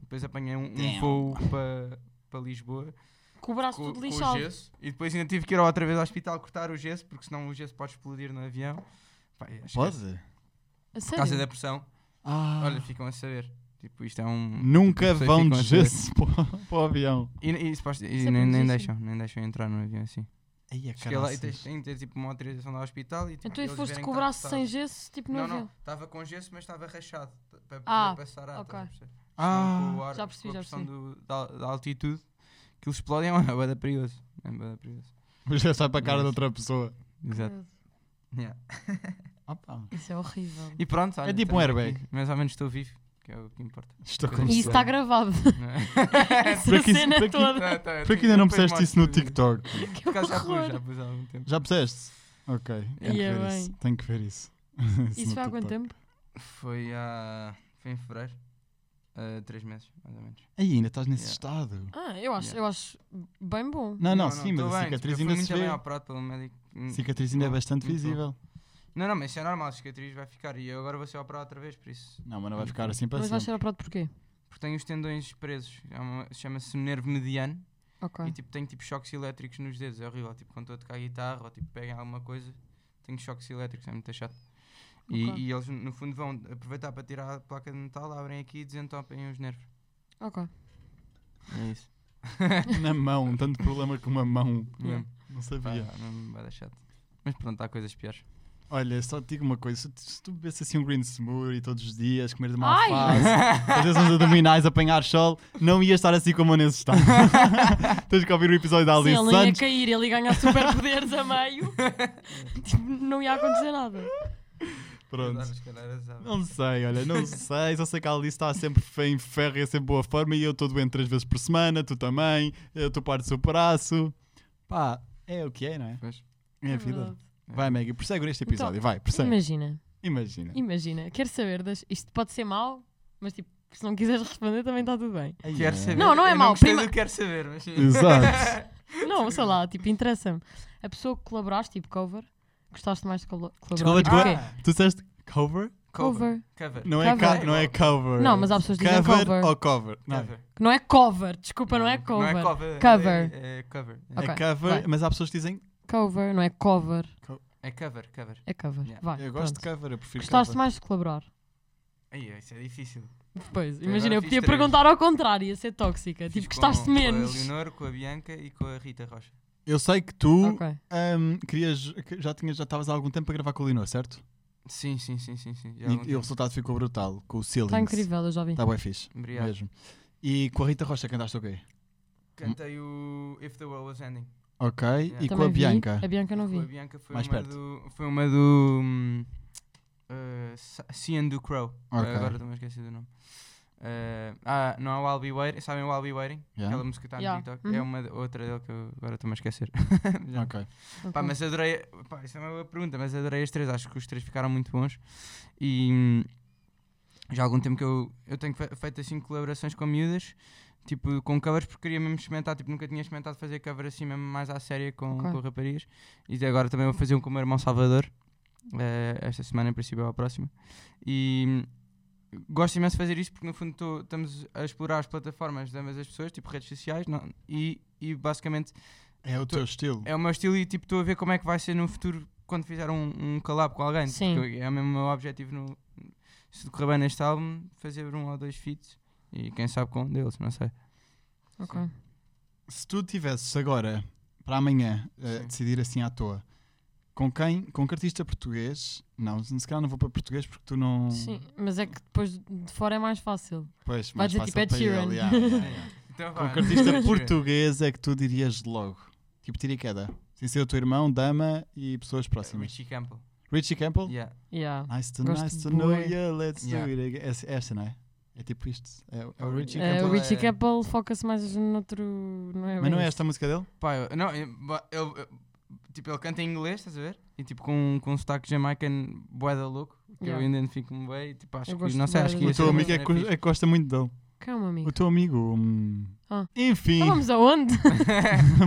D: Depois apanhei um, um
C: Damn.
D: voo para, para Lisboa
B: Com o braço
D: com,
B: tudo
D: com
B: lixado.
D: o gesso e depois ainda tive que ir outra vez ao hospital cortar o gesso porque senão o gesso pode explodir no avião. Pá, e acho que é-
C: Pode?
B: A
D: Por causa
B: sério?
D: da pressão,
C: Ah.
D: olha, ficam a saber. Tipo, isto é um.
C: Nunca
D: tipo, pessoas
C: vão
D: ficam
C: de
D: a saber.
C: gesso para, o avião.
D: E, e, suposto- e
B: Isso é
D: nem, nem
B: perigosíssimo.
D: deixam, nem deixam entrar no avião assim.
C: Aí é
D: Cheguei lá e tens, tem de ter tipo uma autorização do hospital e tipo.
B: Então e
D: eles
B: foste
D: verem
B: com o
D: que tá
B: braço sem
D: cortado.
B: gesso, tipo no
D: Não,
B: avião?
D: não, estava com gesso, mas estava rachado t- para poder
B: Ah,
D: passar a
B: ok.
D: estás a perceber? Senão,
C: Ah.
D: com o ar-
B: Já percebi,
D: com a
B: já
D: pressão do- da, da altitude que eles explodem, é bué da perigoso. É bué da perigoso.
C: Mas já sai para a cara de outra pessoa.
D: Exato.
B: Credo,
D: Yeah.
C: Opa.
B: Isso é horrível.
D: E pronto, olha,
C: tipo um
D: estamos
C: airbag.
D: aqui. Mas ao menos estou vivo, que é o que importa.
C: Estou
D: E
C: com
B: E isso está gravado.
D: Não é?
B: Essa
C: Para que isso-
B: cena
C: para que-
B: toda.
D: Tá, tá,
C: Por que
D: eu
C: ainda não
D: depois
C: puseste isso no
D: mostro.
C: TikTok?
D: Por acaso já
B: horror.
D: pus, já pus há algum tempo.
C: Já puseste? Ok. Tenho que
B: Ia
C: ver
B: é bem.
C: isso. Tenho que ver isso. é
B: Isso
C: no
B: foi há quanto
C: TikTok.
B: tempo?
D: Foi há. Foi em fevereiro. Ah, três meses, mais ou menos.
C: Aí, ainda estás nesse
D: Yeah.
C: estado.
B: Ah, eu acho,
D: Yeah.
B: eu acho bem bom.
C: Não, não, sim,
D: tô
C: mas a
D: bem,
C: cicatriz
D: tipo, eu
C: ainda
D: fui
C: se
D: muito bem
C: vê.
D: operado pelo médico. Hum,
C: A cicatriz ainda é
D: Não,
C: bastante
D: não tô.
C: visível.
D: Não, não, mas isso é normal, a cicatriz vai ficar. E eu agora vou ser operado outra vez, por isso.
C: Não, mas não vai ficar assim para
B: Mas vais
C: sempre.
B: ser operado porquê?
D: Porque tenho os tendões presos. é uma- Chama-se nervo mediano.
B: Ok.
D: E tipo, tenho tipo choques elétricos nos dedos, é horrível. Tipo, quando estou a tocar guitarra ou tipo, pegam alguma coisa, tenho choques elétricos, é muito chato. E,
B: Ok.
D: e eles, no fundo, vão aproveitar para tirar a placa de metal, abrem aqui e desentopem os nervos.
B: Ok.
D: É isso.
C: Na mão, um tanto problema com uma mão.
B: Yeah.
D: Mesmo.
C: Não
D: Pá,
C: sabia.
D: não vai dar chato. Mas pronto, há coisas piores.
C: Olha, só te digo uma coisa: se tu, se tu bebesse assim um green smoothie todos os dias, comeres uma
B: Ai!
C: alface, fazeres uns abdominais, apanhar sol, não ia estar assim como eu nesse estado. Tens que ouvir o episódio da
B: Se
C: Alice
B: ele ia
C: Santos.
B: cair, ele ia ganhar superpoderes a meio, tipo, não ia acontecer nada.
C: Pronto.
D: Se calhar, já sabe.
C: Não sei, olha, não sei. Só sei que a Alice está sempre fe- em ferro e é sempre boa forma. E eu estou doente três vezes por semana, tu também. Eu estou parte do seu braço. Pá, é o que é, não é?
D: Pois.
C: É a
B: É
C: vida.
B: verdade. Então,
C: Vai, Maggie, persegue este episódio. Vai, persegue.
B: Imagina,
C: Imagina.
B: imagina, quero saber das. Isto pode ser mau, mas tipo, se não quiseres responder também está tudo bem.
C: Ai,
D: Quero
C: é.
D: saber.
B: Não, não é
D: eu
B: mau,
D: gostei
B: prima-
D: do quero saber, mas sim.
C: Exato.
B: Não, sei lá, tipo, interessa-me. A pessoa que colaboraste, tipo cover, gostaste mais de colo- colaborar?
C: Desculpa,
B: Tipo,
C: desculpa.
B: quê?
C: Tu disseste cover?
B: Cover.
D: Ah, Cover.
C: Não é,
B: Cover.
C: ca- não é cover.
B: Não, mas há pessoas que dizem
C: cover
B: cover.
C: ou cover. Não.
D: Cover.
B: Que Não é cover, desculpa, não é cover.
D: Não é cover.
B: Cover.
D: É, é cover.
B: Ok,
C: É cover,
B: vai.
C: mas há pessoas que dizem.
B: Cover, não é cover,
D: É cover, cover.
B: é cover.
D: Yeah.
B: Vai,
C: eu
B: pronto.
C: gosto de cover, eu prefiro
B: Gostaste
C: cover.
B: mais de colaborar?
D: Ai, isso é difícil.
B: Pois,
D: Agora
B: imagina, eu
D: fiz
B: podia
D: três.
B: perguntar ao contrário, ia ser tóxica.
D: Fiz
B: Tipo, gostaste
D: com,
B: menos.
D: Com a Leonor, com a Bianca e com a Rita Rocha.
C: Eu sei que tu
B: Ok. tá
C: ahm, querias. que Já tinhas, já estavas há algum tempo a gravar com o Linor, certo?
D: Sim, sim, sim, sim. sim. Já há algum
C: E, e o
D: tempo.
C: resultado ficou brutal, com o Ceilings.
B: Está incrível, eu já vi.
C: Está Tá bem fixe,
D: Obrigado.
C: mesmo. E com a Rita Rocha cantaste o quê?
D: Cantei o If the World Was Ending.
C: Ok. E
D: Yeah.
C: com a
B: Também vi. É
C: Bianca?
B: A Bianca eu não
D: Com a
B: vi.
D: Bianca foi
C: Mais
D: uma
C: perto.
D: do. Foi uma do. hum, uh, Sa- Cian do Crow. Uh,
C: Ok.
D: Agora também esqueci do nome. Uh, ah, não é o I'll Be Waiting. Sabem o I'll Be Waiting?
C: Yeah.
D: Aquela música que está no
B: Yeah.
D: TikTok.
B: Uhum.
D: É uma de- outra dele que eu agora estou-me a esquecer. Já.
C: Ok.
D: Pá,
B: Ok.
D: mas adorei. Pá, isso é uma boa pergunta, mas adorei as três. Acho que os três ficaram muito bons. E hum, já há algum tempo que eu, eu tenho fe- feito assim colaborações com miúdas, tipo com covers, porque queria mesmo experimentar. Tipo, nunca tinha experimentado fazer cover assim, mesmo mais à séria com,
B: Ok.
D: com raparigas. E até agora também vou fazer um com o meu irmão Salvador. eh, esta semana, em princípio, ou a próxima. E. hum, Gosto imenso de fazer isso porque, no fundo, tô- estamos a explorar as plataformas de ambas as pessoas, tipo redes sociais, não- e- e basicamente
C: É o teu estilo.
D: é o meu estilo e tipo estou a ver como é que vai ser no futuro quando fizer um, um collab com alguém.
B: Sim.
D: Porque é o mesmo meu objetivo no, se decorrer bem neste álbum, fazer um ou dois feats e quem sabe com um deles, não sei.
B: Ok.
C: Se tu tivesses agora, para amanhã, a
D: Sim.
C: decidir assim à toa, com quem? Com que artista português? Não, se calhar não vou para português porque tu não.
B: Sim, mas é que depois de fora é mais fácil.
C: Pois,
B: Vai
C: mais
B: dizer
C: fácil
B: tipo Ed
C: para ele,
B: Sheeran.
C: yeah, yeah, Ah, yeah.
D: Então,
C: Com que artista português é que tu dirias logo? Tipo, tira e queda. Sem ser o teu irmão, dama e pessoas próximas.
D: É Richie Campbell.
C: Richie Campbell?
D: Yeah.
B: Yeah.
C: Nice to,
B: Gosto
C: nice to
B: bué.
C: know you, let's
D: Yeah.
C: do it again. Essa, esta, não é? É tipo isto. É, o- é o Richie
B: Eh,
C: Campbell.
B: o Richie
D: é-
B: Campbell foca-se mais noutro. Não é
C: Mas não é
B: bem
C: esta a música dele?
D: Pá, eu- não, eu- ba- eu- eu- tipo, ele canta em inglês, estás a ver? E tipo com, com um sotaque jamaican boeda louco, que
B: Yeah.
D: eu identifico-me bem e tipo acho
B: Eu
D: que,
B: gosto
D: não sei,
B: bué
D: acho que
B: dele.
D: ia
C: O
B: Essa
C: teu
D: ser
C: amigo
D: uma
C: é que
D: cena
C: é que gosta muito dele.
B: isto. Calma, amigo.
C: O teu amigo. hum.
B: Ah.
C: Enfim,
B: Então vamos aonde?
D: fixe.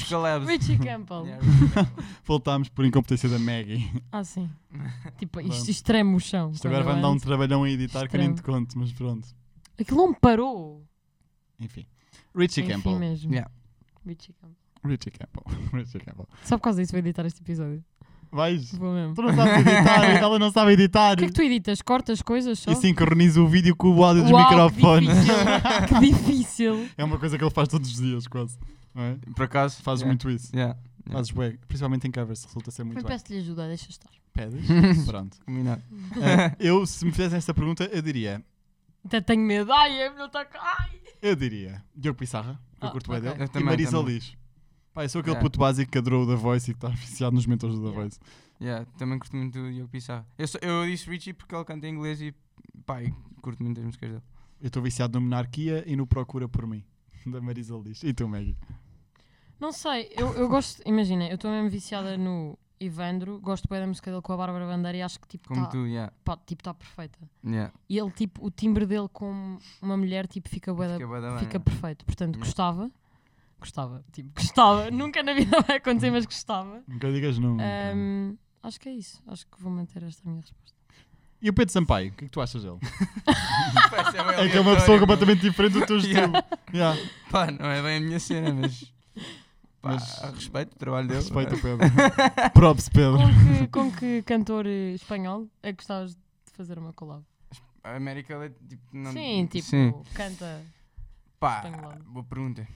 D: Nos collabs.
B: Richie Campbell.
D: Yeah, Richie Campbell.
C: voltámos por incompetência da Maggie.
B: Ah, sim. Tipo,
C: Vamos.
B: isto extremo o chão.
C: Isto agora vai me dar um trabalhão a editar que eu nem
B: Extremo.
C: te conto, mas pronto.
B: Aquilo não parou. É
C: Enfim. Richie
B: Enfim
C: Campbell.
B: mesmo.
D: Yeah.
B: Richie Campbell.
C: Richie Campbell. Richie Campbell.
B: Só por causa disso vou editar este episódio.
C: Vais.
B: Vou mesmo.
C: Tu não sabes editar, ela não sabe editar.
B: O que é que tu editas? Cortas coisas só?
C: E sincroniza o vídeo com o áudio dos
B: Uau,
C: microfones.
B: Que difícil. que difícil.
C: É uma coisa que ele faz todos os dias, quase. Não é?
D: Por acaso
C: Fazes
D: yeah.
C: muito isso.
D: Yeah. Yeah.
C: Fazes bué, principalmente em covers, resulta ser muito
B: Mas
C: bem.
B: peço-lhe ajuda, deixa estar.
C: Pedes? Pronto.
D: Combinado.
C: Eh, eu, se me fizessem esta pergunta, eu diria.
B: Até tenho medo. Ai, é não está cá. Ai.
C: Eu diria. Diogo Pissarra, que eu
B: Ah,
C: curto bem
B: ok.
C: dele.
D: Eu
C: e
D: também,
C: Marisa
D: também.
C: Liz. Pá, eu sou aquele
D: Yeah.
C: puto básico que adorou o da Voice e que está viciado nos mentores do da
B: Yeah.
C: Voice.
D: Yeah, também curto muito do Diogo Pissarra. Eu, só- eu disse Richie porque ele canta em inglês e pá, e curto muito as músicas dele.
C: Eu estou viciado no Monarquia e no Procura por mim, da Marisa Liz. E tu, Maggie?
B: Não sei, eu, eu gosto. Imagina, eu estou mesmo viciada no Ivandro. Gosto bem da música dele com a Bárbara Bandeira e acho que tipo
D: Como
B: está
D: tu, yeah.
B: tipo, tá perfeita.
D: yeah.
B: E ele, tipo, o timbre dele com uma mulher tipo, fica bué da
D: Fica bué da bem,
B: fica
D: yeah.
B: perfeito. Portanto,
D: Yeah.
B: gostava. Gostava, tipo, gostava. Nunca na vida vai acontecer, mas gostava.
C: Nunca digas nunca.
B: Ahm, acho que é isso. Acho que vou manter esta minha resposta.
C: E o Pedro Sampaio, o que é que tu achas dele?
D: Pá, isso bem
C: É que é uma
D: aleatório,
C: pessoa
D: mano.
C: completamente diferente do teu estilo.
D: Yeah.
C: Yeah.
D: Pá, não é bem a minha cena, mas. Pá,
C: Mas-
D: respeito o trabalho dele.
C: Respeita, Pedro. Props, Pedro.
B: Com que, com que cantor eh, espanhol é que gostavas de fazer uma collab?
D: A América Latina, tipo, não.
B: Sim, tipo,
D: Sim.
B: canta.
D: Pá,
B: Tenho lá.
D: boa pergunta.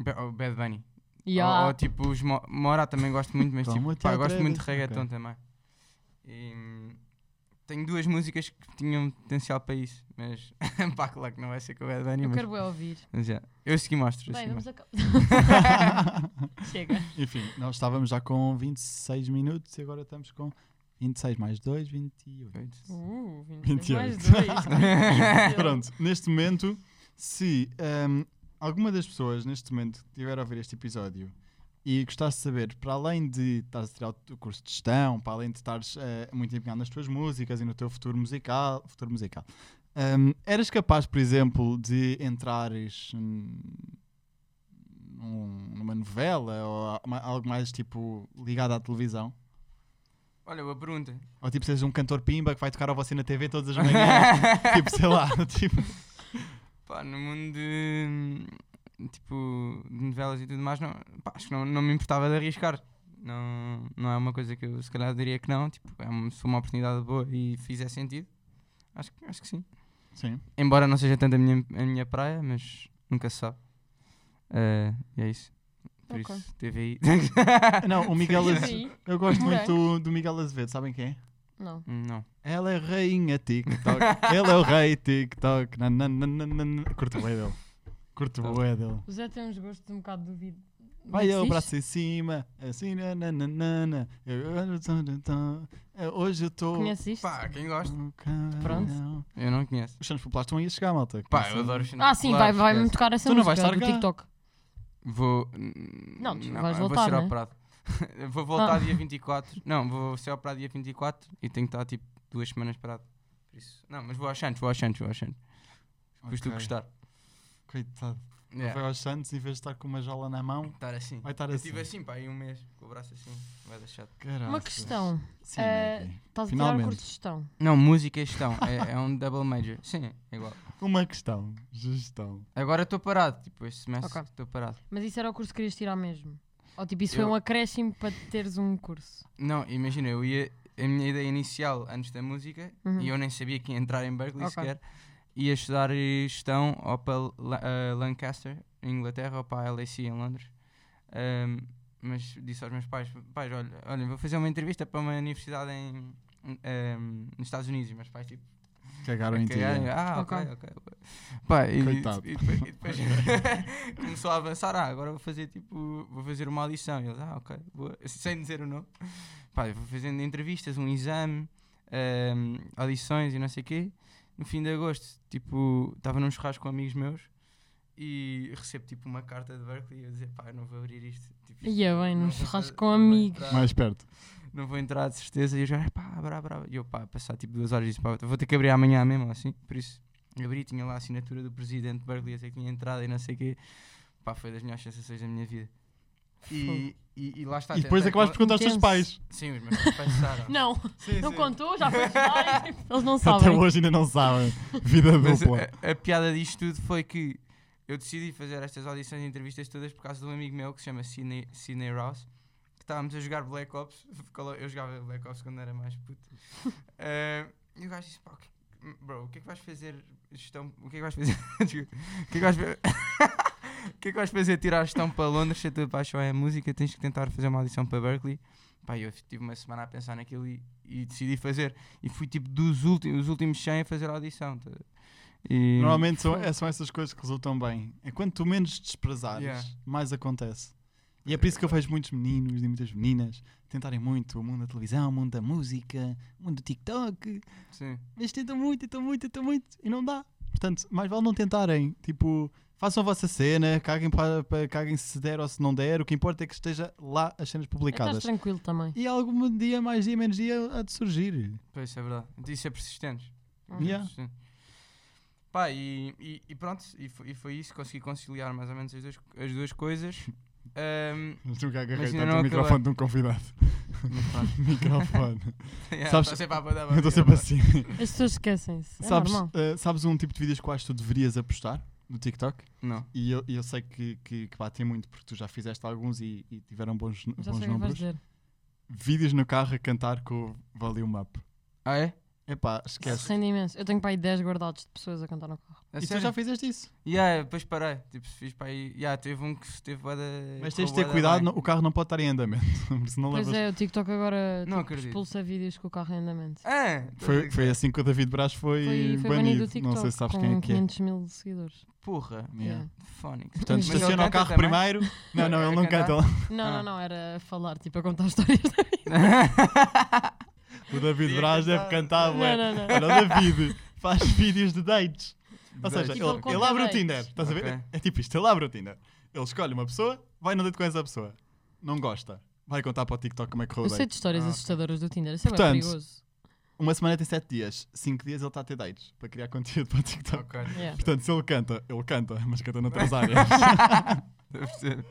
D: Ba- o oh, Bad Bunny.
B: Yeah.
D: Ou, ou, tipo os Mo- Mora também gosto muito, mas tipo,
C: Toma-te
D: pá,
C: outra
D: gosto muito de
C: vez.
D: reggaeton
C: Ok.
D: também. E, hum, tenho duas músicas que tinham potencial para isso, mas pá, claro que não vai ser com o Bad Bunny,
B: Eu
D: mas,
B: quero bué ouvir.
D: mas já. Eu segui mostro.
B: Bem, vamos acabar. Chega.
C: Enfim, nós estávamos já com 26 minutos e agora estamos com 26 mais 2, 28.
B: Uh, 28.
C: 28.
B: Mais dois.
C: Pronto, neste momento, se hum, alguma das pessoas neste momento que estiver a ouvir este episódio e gostasse de saber, para além de estares a tirar o teu curso de gestão, para além de estares eh, muito empenhado nas tuas músicas e no teu futuro musical, futuro musical hum, eras capaz, por exemplo, de entrares hum, num- numa novela ou a- ma- algo mais tipo ligado à televisão?
D: Olha, boa pergunta.
C: Ou tipo, seres um cantor pimba que vai tocar a você na TV todas as manhãs? tipo, sei lá, tipo...
D: Pá, no mundo de, hum, tipo, de novelas e tudo mais, não, pá, acho que não, não me importava de arriscar. Não, não é uma coisa que eu se calhar diria que não. Tipo, é uma, se for uma oportunidade boa e fizer sentido, acho, que- acho que sim.
C: Sim.
D: Embora não seja tanto a minha, a minha praia, mas nunca se sabe. Eh, e é isso. Por
B: Ok.
D: isso, TVI.
C: Ah, Não, o Miguel
B: Diz
C: Azevedo.
B: aí.
C: Eu gosto
B: Morango.
C: muito do Miguel Azevedo, sabem quem é?
B: Não.
D: não.
C: Ela é rainha TikTok. Ele é o rei TikTok. Na, na, na, na, na, na. Curto o dele. Curto o dele.
B: O Zé tem uns gostos um bocado duvido.
C: Vai
B: ao
C: o braço em cima, assim, na, na, na, na, na. Eu- eu- tã, tã, tã. Eh, Hoje eu estou.
B: Conheces isto?
D: Pá, quem gosta?
B: Pronto.
D: Eu não conheço. Assim,
C: Os Santos Populares estão aí a chegar, malta.
D: Pá,
C: Começa-
D: eu adoro os
B: Ah, sim, vai-
D: Populares,
B: vai-me
D: esquece.
B: tocar essa
C: Tu não
B: música
C: vais estar
B: do
C: cá.
B: TikTok.
D: Vou.
B: Não, tu vais
D: eu
B: voltar,
D: Vou ser
B: né?
D: operado. vou voltar
B: Ah.
D: dia 24. Não, vou ser operado dia 24 e tenho que estar tipo duas semanas parado. Por isso. Não, mas vou aos Santos, vou aos Santos, vou aos Santos. Depois tu
C: Ok.
D: gostar.
C: Coitado.
D: Yeah.
C: Vai aos Santos, em vez de estar com uma jola na mão,
D: Estar assim.
C: vai estar
D: Eu
C: assim.
D: estive assim, pá, aí um mês, com o braço assim. Vai dar chato.
B: Uma
C: Caraças.
B: questão.
C: Sim, é
B: Eh,
C: Maggie.
B: Estás a tirar o
C: Finalmente.
B: curso de gestão.
D: Não, música e gestão. é, é um double major. Sim, é igual.
C: Uma questão. Gestão.
D: Agora estou parado, tipo, este semestre
B: Ok.
D: estou parado.
B: Mas isso era o curso que querias tirar mesmo? Ou tipo, isso foi
D: Eu-
B: um acréscimo para teres um curso?
D: Não, imagina, eu ia. A minha ideia inicial antes da música,
B: Uhum.
D: e eu nem sabia que ia entrar em Berkeley
B: Ok.
D: sequer, ia estudar eh, gestão ou para La- eh, Lancaster, em Inglaterra, ou para a LAC em Londres. Ahm, mas disse aos meus pais: pais, olha, olha, vou fazer uma entrevista para uma universidade em, ahm, nos Estados Unidos. E meus pais, tipo,
C: Cagaram em ti.
D: Cagaram,
C: é.
D: Ah, ok,
B: Ok.
D: ok. Pá, e,
C: Coitado.
D: e depois, e depois começou a avançar. Ah, agora vou fazer tipo, vou fazer uma audição. E eles, ah, ok, boa. sem dizer o nome. Pá, eu vou fazendo entrevistas, um exame, ahm, audições e não sei o quê. No fim de agosto, tipo, estava num churrasco com amigos meus e recebo tipo uma carta de Berkeley e eu dizer, pá, eu não vou abrir isto. Tipo,
B: Ia bem,
D: não
B: num
D: vou fa-
B: churrasco com
D: não vou
B: amigos.
D: entrar
C: Mais perto.
D: não vou entrar de certeza. E eu já, pá, brá, brá. E eu, pá, passar tipo duas horas e disse, pá, vou ter que abrir amanhã mesmo, assim. Por isso, abri, tinha lá a assinatura do presidente Berkeley, a dizer que tinha entrado e não sei o quê. Pá, foi das melhores sensações da minha vida. E, e, e lá está.
C: E depois
D: tentei
C: acabaste de
D: con-
C: perguntar aos teus
B: Intenso.
C: pais.
D: Sim, os meus pais pensaram.
B: Não,
D: Sim,
B: não
D: sim.
B: contou, já foi estudar. e, tipo, Eles não
C: Até
B: sabem.
C: hoje ainda não sabem. Vida
D: Mas é,
C: dupla.
D: a, a piada disto tudo foi que eu decidi fazer estas audições e entrevistas todas por causa de um amigo meu que se chama Sidney, Sidney Rouse. Que estávamos a jogar Black Ops. Call of- Eu jogava Black Ops quando era mais puto. Eh, e o gajo disse: pá, o que, bro, o que é que vais fazer? Gestão, o que é que vais fazer? Desculpa. o que é que vais fazer? O que é que vais fazer tirar a gestão para Londres se a tua paixão é a música? Tens que tentar fazer uma audição para Berkeley. Pá, eu tive uma semana a pensar naquilo e, e decidi fazer. E fui tipo dos últimos, os últimos 100 a fazer a audição. tá? E-
C: Normalmente são, é- são essas coisas que resultam bem. É quanto tu menos desprezares,
D: Yeah.
C: mais acontece. E é por isso que eu vejo muitos meninos e muitas meninas tentarem muito o mundo da televisão, o mundo da música, o mundo do TikTok.
D: Sim.
C: Mas tentam muito, tentam muito, tentam muito e não dá. Portanto, mais vale não tentarem. Tipo, façam a vossa cena, caguem, para, para- caguem se der ou se não der. O que importa é que esteja lá as cenas
B: É, Estás
C: publicadas.
B: tranquilo também.
C: E algum dia, mais dia, menos dia, há de surgir.
D: Pois, isso é verdade. Isso é persistente.
C: Yeah.
D: Persistente. Pá, e, e- e pronto, e foi, e foi isso. Consegui conciliar mais ou menos as duas, as duas coisas. Ahm,
C: Nunca agarrei
D: Mas ainda
C: tanto
D: não
C: o
D: acabei.
C: microfone de um convidado. Um
D: mas pronto.
C: microfone.
D: Yeah,
C: Sabes-
D: tá sempre a dar
C: Eu estou
D: barriga,
C: sempre
D: pá.
C: assim.
B: As pessoas esquecem-se. É
C: sabes,
B: normal.
C: eh, sabes um tipo de vídeos quais tu deverias apostar no TikTok?
D: Não.
C: E eu, e eu sei que, que, que batem muito porque tu já fizeste alguns e, e tiveram bons,
B: Já
C: bons
B: sei o que vais
C: números.
B: dizer.
C: Vídeos no carro a cantar com o Volume Up.
D: Ah, é?
C: Epá,
B: Se
C: esquece.
B: rende imenso. Eu tenho para aí 10 guardados de pessoas a cantar no carro.
D: A
C: E tu
D: sério?
C: já fizeste isso.
D: Yeah, depois parei. Tipo, fiz para aí. Yeah, teve um que esteve bué da-
C: Mas tens de
D: correu
C: ter
D: bué da
C: cuidado,
D: bem.
C: não- o carro não pode estar em andamento. Se não
B: Pois
C: levas.
B: é, o TikTok agora
D: Não
B: tipo,
D: acredito.
B: expulsa vídeos com o carro em andamento.
D: Ah,
C: Foi, foi assim que o David Braz foi,
B: Foi, foi do
C: banido.
B: TikTok
C: Não sei se sabes
B: com
C: quem é que é.
B: 500 mil seguidores.
D: Porra.
C: Yeah.
B: Yeah.
D: Fónicos.
C: Portanto,
B: Mas ele
C: estaciona o carro primeiro. Não, não,
D: Era
C: ele não
D: cantar?
C: canta. ele-
B: Não,
D: Ah.
B: não, não, era falar, tipo, a contar histórias.
C: Tá O David
D: Ia
C: Braz deve
D: cantar.
C: cantar,
B: Não,
C: ué.
B: não, não.
C: Olha, o David faz vídeos de dates. Ou seja,
B: Dates.
C: ele,
B: Tipo, ele
C: ele
B: conta
C: abre o
B: dates.
C: Tinder. Estás a ver?
D: Ok.
C: É tipo isto: ele abre o Tinder. Ele escolhe uma pessoa, vai no date com essa pessoa. Não gosta. Vai contar para o TikTok como é que
B: Eu
C: correu o
B: sei
C: date.
B: de histórias
D: Ah, ok.
B: assustadoras do Tinder, isso é bem
C: Portanto,
B: perigoso.
C: Uma semana tem 7 dias. 5 dias ele está a ter dates para criar conteúdo para o TikTok.
D: Ok.
B: Yeah.
C: Portanto, se ele canta, ele canta, mas canta noutras áreas.
D: Deve ser.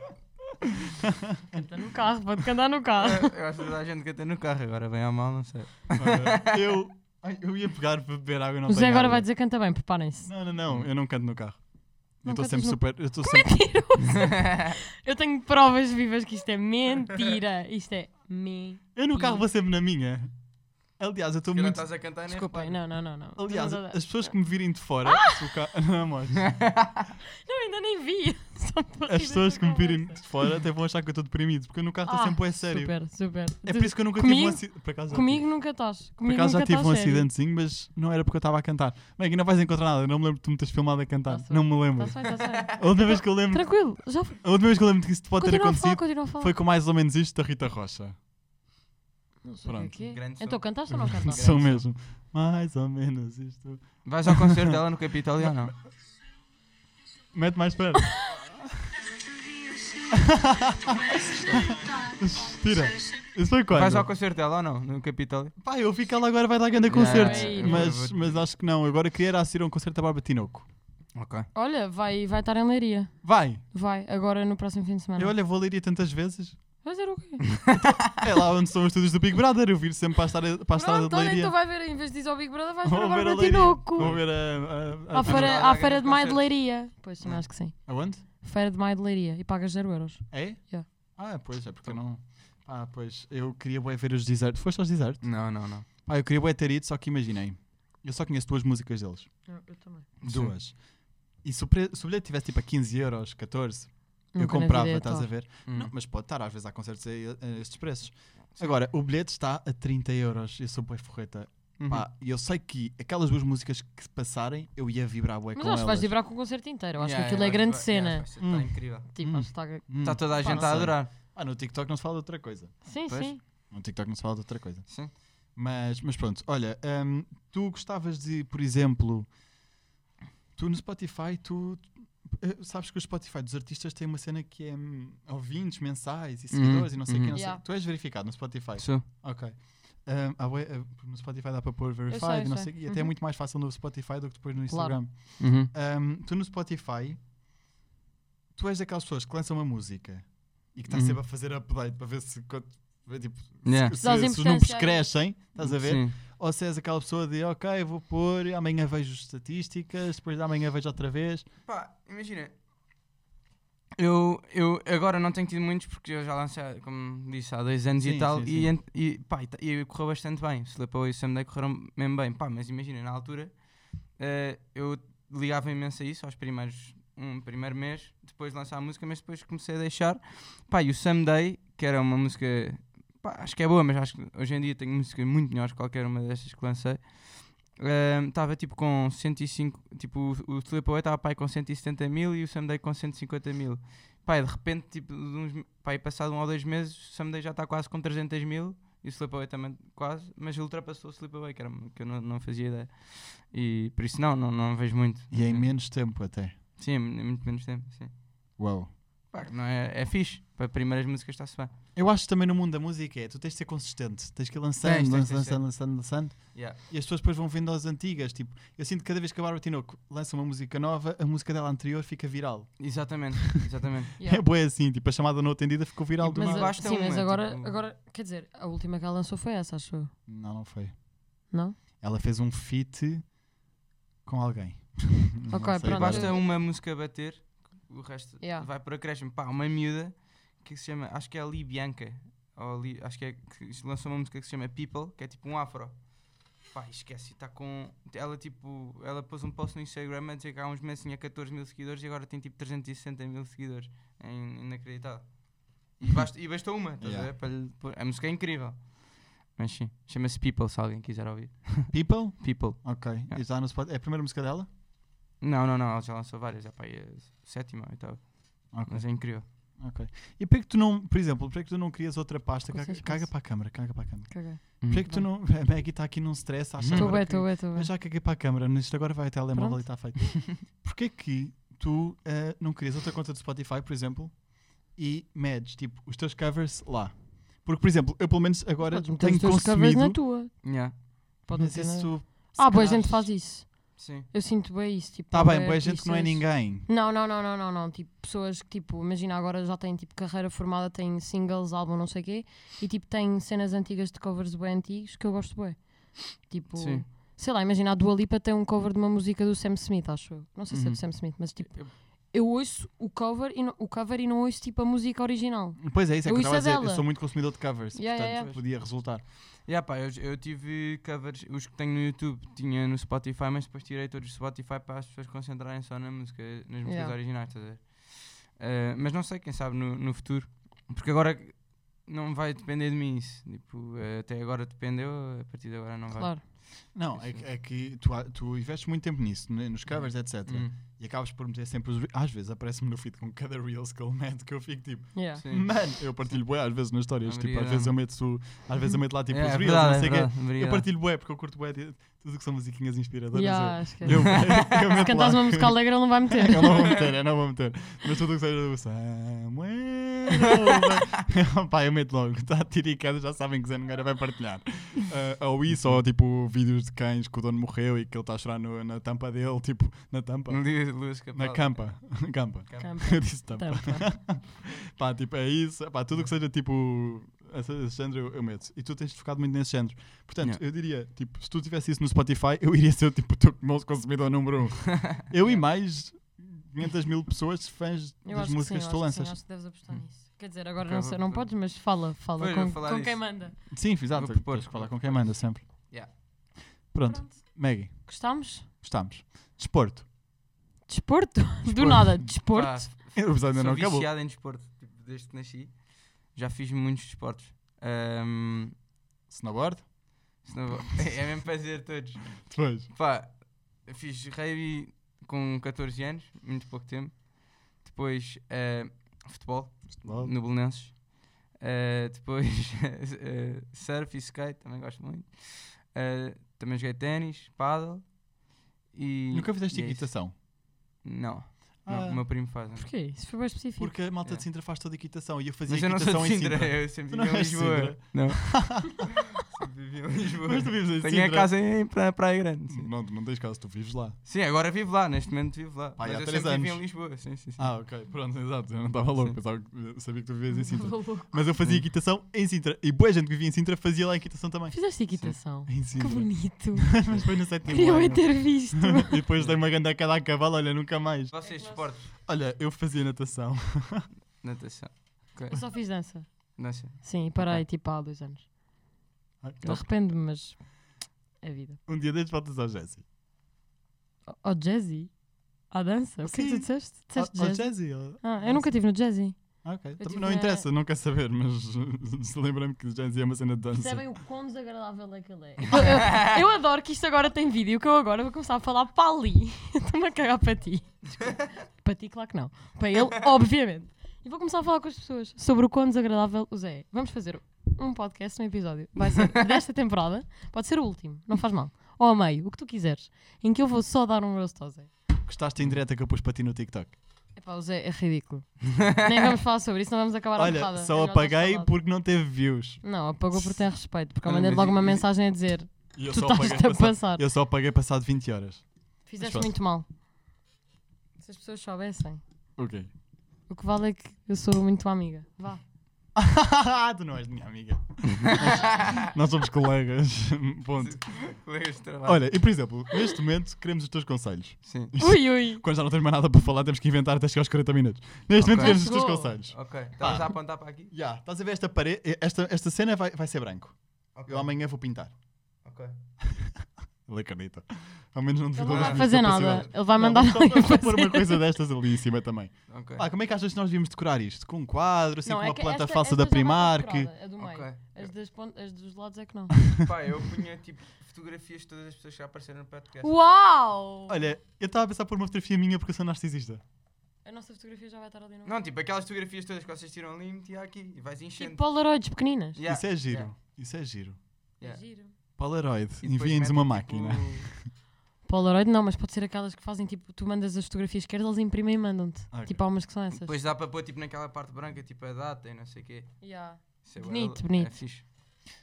B: Canta no carro, pode cantar no carro.
D: Eu acho que toda a gente canta no carro agora, bem ou mal, não sei.
C: Olha, eu, ai, eu ia pegar para beber água e não
B: o
C: tenho
B: Zé agora
C: água.
B: vai dizer canta bem, preparem-se.
C: Não, não, não, eu não canto no carro. eu
B: Não
C: estou
B: cantas
C: sempre
B: no- é
C: super. Eu estou sempre.
B: Mentiroso. Eu tenho provas vivas que isto é mentira. Isto é mentira.
C: Eu no carro vou sempre na minha. Aliás, eu estou
D: Agora
C: muito.
D: estás a cantar nem
B: Desculpem,
D: reparas.
B: não, não, não, não.
C: Aliás,
B: Não, não, não.
C: as pessoas que me virem de fora.
B: Ah!
C: se o ca- Não, amor.
B: Não, ainda nem vi. Só é para rir
C: As pessoas
B: desta
C: que me virem
B: conversa.
C: de fora até vão achar que eu estou deprimido, porque eu no carro estou
B: Ah,
C: sempre é sério.
B: Super, super.
C: É por isso que eu nunca tive um
B: Comigo-
C: acidente. Por acaso já
B: Comigo
C: tive.
B: nunca estás.
C: Por
B: Comigo
C: acaso já
B: nunca
C: tive
B: estás
C: um
B: sério. Tá
C: acidentezinho, mas não era porque eu estava a cantar. Bem, aqui não vais encontrar nada. Eu não me lembro de tu me teres filmado a cantar.
B: Tá-se
C: não
B: bem.
C: me lembro.
B: Estás bem, estás bem.
C: A última vez que eu lembro.
B: tá Tranquilo, já foi.
C: A última vez que eu lembro que isso pode ter
B: Continua a falar,
C: acontecido
B: continua a falar.
C: foi com mais ou menos isto da Rita Rocha.
B: Não sei o que é
C: Pronto.
B: que é.
D: Grande som.
B: Então cantaste ou não cantaste?
C: São mesmo. Mais ou menos isto.
D: Vais ao concerto dela no Capitólio ou não?
C: Mete mais perto. Tira. Isso foi quando?
D: Vais ao concerto dela ou não? No Capitólio?
C: Pá, eu vi que ela agora vai dar grande
D: Yeah,
C: concerto.
B: yeah, yeah.
C: Mas, mas acho que não. Agora queria era assistir a um concerto da Barba Tinoco.
D: Ok.
B: Olha, vai, vai estar em Leiria.
C: Vai!
B: Vai, agora no próximo fim de semana.
C: Eu olha, vou a Leiria tantas vezes.
B: Fazer o quê?
C: É lá onde são os estúdios do Big Brother. Eu viro sempre para estar para estar
B: Pronto,
C: de
B: olha,
C: Leiria.
B: tu vai ver, em vez de ir ao Big Brother, vais ver
C: Vou
B: a
C: ver
B: Bárbara
C: Leiria.
B: Tinoco.
C: Vou ver a. a, a,
B: À
D: Não,
B: feira,
D: não,
B: à
D: não,
B: feira
D: não,
B: de Maio de
D: concerto.
B: Leiria. Pois, também acho que sim.
C: Aonde?
B: Feira de Maio de Leiria e pagas 0 euros.
C: É?
B: Yeah.
C: Ah, pois, é porque eu não. Ah, pois, eu queria bué ver os desertos. Foste aos desertos?
D: Não, não, não.
C: Ah, eu queria bué ter ido, só que imaginei. Eu só conheço duas músicas deles.
B: Eu também.
D: Sim.
C: Duas. E se o, pre- se o bilhete tivesse tipo a 15 euros, 14, eu comprava, estás a ver?
D: Hum.
C: Não, mas pode estar, às vezes há concertos a, a estes preços. Agora, o bilhete está a 30 euros. Eu sou bué forreta.
D: Uhum.
C: Pá, e eu sei que aquelas duas músicas que se passarem, eu ia vibrar bué
B: Mas
C: com
B: acho que vais
C: elas.
B: vibrar com o concerto inteiro. Eu Acho
D: Yeah,
B: que aquilo
D: eu
B: é grande
D: que vai-
B: cena.
D: yeah, acho que Está
C: Hum.
D: incrível.
B: Tipo,
C: Hum.
B: acho que está.
C: Hum.
D: Está toda a
B: Pá,
D: gente
C: não
D: a
C: sei.
D: adorar.
C: Ah, no TikTok não se fala de outra coisa.
B: Sim,
D: Pois.
B: sim.
C: No TikTok não se fala de outra coisa.
D: Sim.
C: Mas, mas pronto, olha, hum, tu gostavas de, por exemplo, tu no Spotify, tu eh, sabes que o Spotify dos artistas tem uma cena que é hum, ouvintes mensais e seguidores e não sei o
D: uhum.
C: que, não sei-
B: Yeah.
C: Tu és verificado no Spotify.
D: Sim.
C: Ok. Hum, há bué- eh, no Spotify dá para pôr verified
B: sei,
C: e não
B: sei.
C: sei o quê, e até é
B: Uhum.
C: muito mais fácil no Spotify do que depois no
B: Claro.
C: Instagram.
D: Uhum.
C: Hum, tu no Spotify, tu és daquelas pessoas que lançam uma música e que está
D: Uhum.
C: sempre a fazer update para ver se, quanto- ver, tipo,
D: Yeah.
C: se,
B: Dás
C: se os
B: importância
C: números
B: a isso.
C: crescem, estás a ver?
D: Sim.
C: Ou se és aquela pessoa de ok, vou pôr, amanhã vejo estatísticas, depois de amanhã vejo outra vez.
D: Pá, imagina. Eu, eu agora não tenho tido muitos porque eu já lancei, há, como disse, há dois anos
C: Sim,
D: e tal.
C: sim,
D: E,
C: sim.
D: ent- e, pá, e, ta- e correu bastante bem. O Slapou e o Someday correram mesmo bem. Pá, mas imagina, na altura eh, eu ligava imenso a isso aos primeiros. Um primeiro mês, depois de lançar a música, mas depois comecei a deixar. Pá, e o Someday, que era uma música. Pá, acho que é boa, mas acho que hoje em dia tenho músicas muito melhores que qualquer uma destas que lancei. Estava tipo com 105, tipo o, o Slipaway estava pai com 170 mil e o Someday com 150 mil. Pai, de repente, tipo, de uns, pai, passado um ou dois meses, o Someday já está quase com 300 mil e o Slipaway também quase, mas ultrapassou o Slipaway, que, era, que eu não, não fazia ideia. E por isso não, não, não vejo muito.
C: E é em menos tempo até.
D: Sim, é muito menos tempo. Sim.
C: Uau.
D: Pá, não é, é fixe, para primeiras músicas está-se bem.
C: Eu acho que também no mundo da música é, tu tens de ser consistente, tens que ir lançando,
D: Tens, tens,
C: lançando,
D: tens,
C: lançando, lançando, lançando,
D: Yeah.
C: e as pessoas depois vão vendo as antigas. Tipo, eu sinto que cada vez que a Bárbara Tinoco lança uma música nova, a música dela anterior fica viral.
D: Exatamente, exatamente.
B: Yeah.
C: É boa assim, tipo, a chamada não atendida ficou viral do
B: Mas,
D: Mas
B: a-
C: nada.
D: basta
B: sim,
D: uma,
B: mas agora,
D: tipo-
B: agora, quer dizer, a última que ela lançou foi essa, acho eu.
C: Não, não foi.
B: Não?
C: Ela fez um feat com alguém.
B: Ok,
C: Não sei
B: pronto.
C: agora.
D: Basta uma música bater, o resto
B: Yeah.
D: vai por acréscimo. Pá, uma miúda que se chama, acho que é a Li Bianca, ou Li, acho que é, que lançou uma música que se chama People, que é tipo um afro. Pá, esquece, está com. Ela tipo. Ela pôs um post no Instagram a dizer que há uns meses tinha 14 mil seguidores e agora tem tipo 360 mil seguidores. É in- inacreditável. E, basta, e bastou uma, estás
C: Yeah.
D: a ver? Para lhe pôr- A música é incrível. Mas sim, chama-se People, se alguém quiser ouvir.
C: People?
D: People.
C: Ok. E está no Spotify. É a primeira música dela?
D: Não, não, não, ela já lançou várias, já pá, aí a sétima, oitava.
C: Ok.
D: Mas é incrível.
C: ok. E por que tu não, por exemplo, por que tu não crias outra pasta?
B: Com
C: Caga,
B: seis
C: caga
B: passos.
C: para a câmara, caga para a câmara.
B: Caguei.
D: Hum.
C: Por que tu não. A Maggie está aqui num stress, acha
B: Estou
C: agora
B: bem,
C: que-
B: estou bem, estou bem.
C: Mas já caguei para a câmara, mas isto agora vai até telemóvel
B: Pronto.
C: e está feito. Porquê que tu eh, não crias outra conta do Spotify, por exemplo, e medes, tipo, os teus covers lá? Porque, por exemplo, eu pelo menos agora
B: Podes meter
C: tenho
B: os teus covers na
C: consumido...
B: tua.
D: Yeah,
B: Pode
C: Mas
B: meter na-
C: isso...
B: Ah, boa gente faz isso.
D: sim.
B: Eu sinto bem isso. Tipo,
C: Está bem,
B: bué
C: boa gente que não é
B: artistas.
C: ninguém.
B: Não, não, não, não, não, não. Tipo, pessoas que, tipo, imagina agora já têm, tipo, carreira formada, têm singles, álbum, não sei o quê, e, tipo, têm cenas antigas de covers bem antigos que eu gosto bem. Tipo,
D: Sim.
B: sei lá, imagina a Dua Lipa tem um cover de uma música do Sam Smith, acho eu. Não sei se é
D: Uhum.
B: do Sam Smith, mas, tipo,
D: Eu-
B: eu ouço o cover e não, o cover e não ouço, tipo, a música original.
C: Pois é, isso é
B: Eu
C: que eu estava a
B: isso é
C: dizer. Eu
B: dela.
C: sou muito consumidor de covers,
B: Yeah,
C: portanto,
B: yeah, yeah.
C: podia resultar.
D: Yeah, pá, eu, eu tive covers, os que tenho no YouTube tinha no Spotify, mas depois tirei todos do Spotify para as pessoas concentrarem só na música, nas músicas
B: Yeah.
D: originais, estás a ver? Eh, mas não sei, quem sabe no, no futuro, porque agora não vai depender de mim isso. Tipo, eh, até agora dependeu, a partir de agora não
B: Claro.
C: Não, é, que- é que tu, tu investes muito tempo nisso, né, nos covers, etc.
D: vai. Hum,
C: E acabas por meter sempre os... re- Às vezes aparece-me no feed com cada Reels que ele mete que eu fico tipo...
B: Yeah.
D: sim.
C: Mano, eu partilho bué às vezes nas histórias,
D: A
C: tipo, às
D: Maria
C: vezes eu meto, às vezes eu meto lá tipo
D: É,
C: os
D: é
C: reels,
D: verdade,
C: não sei
D: é
C: o quê.
D: verdade,
C: Eu
D: obrigado.
C: partilho bué porque eu curto bué de tudo que são musiquinhas inspiradoras.
B: Yeah, esquece.
C: Eu, eu, eu
B: Se
C: meto
B: cantares
C: lá.
B: uma música alegre, ele não vai meter.
C: Eu não vou meter, eu não vou meter. Mas tudo o que seja do Samuel. over. Pá, eu meto logo. Tá, Está tiricado, já sabem que Zé Nogueira vai partilhar. Ah, ou isso, ou tipo vídeos de cães que o dono morreu e que ele está a chorar no- na tampa dele, tipo, na tampa.
D: No dia de luz
C: Na
D: capaz.
C: campa. campa.
B: Campa.
C: Eu disse tampa.
B: Tampa.
C: Pá, tipo, é isso. Pá, tudo o que seja tipo esse esse género eu, eu meto. E tu tens focado muito nesse género. Portanto,
D: Yeah.
C: eu diria, tipo, se tu tivesse isso no Spotify, eu iria ser tipo o teu nosso consumidor número um. Eu e mais 500 mil pessoas fãs
B: Eu acho
C: das
B: que sim, eu acho
C: músicas que tu
B: que sim,
C: lanças.
B: acho que deves apostar nisso. Quer dizer, agora
D: Ok,
B: não,
D: vou-
B: sei, não
D: vou-
B: podes, mas fala, fala
D: Pois,
B: com,
D: vou falar
B: com quem
D: disso.
B: manda.
C: Sim, exato.
D: Vou propor.
C: Tens que falar com quem manda sempre.
D: Yeah.
C: Pronto, Maggie,
B: Gostámos?
C: estamos. Desporto.
B: Desporto? Do
C: Desporto.
B: nada,
D: Pá,
B: desporto.
C: O episódio ainda
D: Sou
C: não acabou.
D: viciado em desporto, tipo, desde que nasci. Já fiz muitos desportos. Ahm,
C: Snowboard?
D: se não vou- é mesmo para dizer todos.
C: Depois.
D: Pá, eu fiz rugby com 14 anos, muito pouco tempo. Depois eh, futebol,
C: Futebol.
D: no Belenenses. Eh, depois eh, surf e skate, também gosto muito. Eh, também joguei ténis, paddle. E,
C: Nunca fizeste
D: e é isso.
C: equitação?
B: Tipo,
D: Não,
C: Ah,
D: não, o meu primo faz. não.
B: Porquê? Isso foi bem específico.
C: porque a malta
D: É.
C: de Sintra faz toda equitação e eu fazia
D: Mas eu não
C: equitação
D: sou de
C: em
D: Sintra, é.
C: Sintra.
D: eu sempre
C: Tu não
D: vivi em
C: és de
D: Lisboa.
C: Sintra?
D: Não. sempre vivi em Lisboa.
C: Mas tu vives em
D: Tenho a
C: Sintra. Hum.
D: casa em pra- Praia Grande. Sim.
C: Não, tu não tens caso, tu vives lá.
D: Sim, agora vivo lá, neste momento vivo lá.
C: Pá,
D: Mas
C: há
D: eu
C: três
D: sempre vivi
C: anos.
D: em Lisboa, sim, sim, sim.
C: Ah, ok, pronto, exato. Eu não estava louco,
D: Sim.
C: pensava que- sabia que tu vivias em Sintra.
B: Maluco.
C: Mas eu fazia
D: Sim.
C: equitação em Sintra. E boa gente que vivia em Sintra fazia lá equitação também.
B: Fizeste equitação.
C: Em
B: Que
C: Sintra.
B: bonito.
C: Mas foi no sétimo
B: Queria bem
C: ano.
B: ter visto.
C: E depois dei uma grande acada a cavalo, olha, nunca mais.
D: Vocês, esportes,
C: Olha, eu fazia natação.
D: natação.
B: Eu só fiz dança.
D: Dança.
B: Sim, e parei tipo há dois anos.
C: Ok.
B: Arrependo-me, mas é vida.
C: Um dia destes voltas ao Jesse.
B: Ó, oh, Jazzy? À dança? O que é que
C: Sim.
B: tu disseste?
C: Ao
B: Disseste
C: ao
B: jazzy?
C: Jesse? ao-
B: Ah, eu nunca estive no Jazzy.
C: Ok, também
B: tive
C: não
B: na-
C: interessa, não quer saber, mas se lembra-me que Jesse é uma cena de dança.
B: Percebem o quão desagradável é que ele é. Eu, eu- eu adoro que isto agora tem vídeo, que eu agora vou começar a falar para ali. Estou-me a cagar para ti. Desculpa. Para ti, claro que não. Para ele, obviamente. E vou começar a falar com as pessoas sobre o quão desagradável o Zé é. Vamos fazer um podcast, um episódio. Vai ser desta temporada, pode ser o último, não faz mal. Ou a meio, o que tu quiseres. Em que eu vou só dar um roast ao Zé.
C: Gostaste em direta que eu pus para ti no TikTok?
B: Epá, o Zé é ridículo. Nem vamos falar sobre isso, não vamos acabar a
C: Olha,
B: porrada. É
C: só
B: melhor
C: apaguei
B: nós falar.
C: porque não teve views.
B: Não, apagou por ter respeito, porque eu
D: Olha,
B: mandei
D: mas
B: logo
D: e-
B: uma
D: e-
B: mensagem a dizer
C: E eu
B: tu
C: só
B: estás-te a
C: passado-
B: passar.
C: Eu só apaguei passado 20 horas.
B: Fizeste
C: Mas pronto.
B: muito mal. Se as pessoas soubessem.
C: Ok.
B: O que vale é que eu sou muito tua amiga. Vá.
C: tu não és minha amiga. Nós, nós somos colegas. Ponto.
D: Colegas de trabalho.
C: Olha, e por exemplo, neste momento queremos os teus conselhos.
D: Sim.
B: Ui, ui.
C: Quando já não tens mais nada para falar, temos que inventar até chegar aos 40 minutos. Neste
D: Ok.
C: momento queremos os teus
B: Chegou.
C: conselhos.
D: Ok. Estavas a apontar para aqui?
C: Já, estás a ver esta parede? Esta, esta cena vai, vai ser branco.
D: Ok.
C: Eu amanhã vou pintar.
D: Ok. Ok.
C: Ele acredita. Ao menos não
B: Ele
C: duvidou
B: não
C: das
B: vai
C: minhas
B: fazer nada.
C: capacidades.
B: Ele vai
C: Não,
B: mandar
C: vou só-
B: alguém
C: vou só pôr
B: fazer.
C: uma coisa destas ali em cima também.
D: Ok.
C: Pá, como é que achas que nós devíamos decorar isto? Com um quadro, assim,
B: Não,
C: com
B: é
C: uma
B: que
C: planta
B: esta-
C: falsa
B: esta
C: da
B: já está
C: Primark?
B: decorada, A do meio.
D: Ok.
B: As, das pon- as dos lados é que não.
D: Pá, eu punha tipo fotografias de todas as pessoas que já apareceram no podcast.
B: Uau!
C: Olha, eu estava a pensar por uma fotografia minha porque eu sou narcisista.
B: A nossa fotografia já vai estar ali no.
D: Não, tipo aquelas fotografias todas que vocês tiram ali e metia aqui e vais
B: tipo
D: enchendo.
B: polaroids pequeninas.
D: Yeah,
C: Isso é giro.
D: yeah,
C: Isso é giro.
D: yeah.
B: É giro.
C: Polaroid,
D: E depois
C: enviem-nos uma
D: metem, tipo,
C: máquina.
B: Polaroid não, mas pode ser aquelas que fazem tipo, tu mandas as fotografias que queres, eles imprimem e mandam-te.
C: Ok.
B: Tipo, há umas que são essas.
D: Depois dá para pôr tipo naquela parte branca, tipo a data e não sei o quê.
B: Yeah.
D: Isso é bué-
B: Bonito,
D: é
B: bonito.
D: fixe.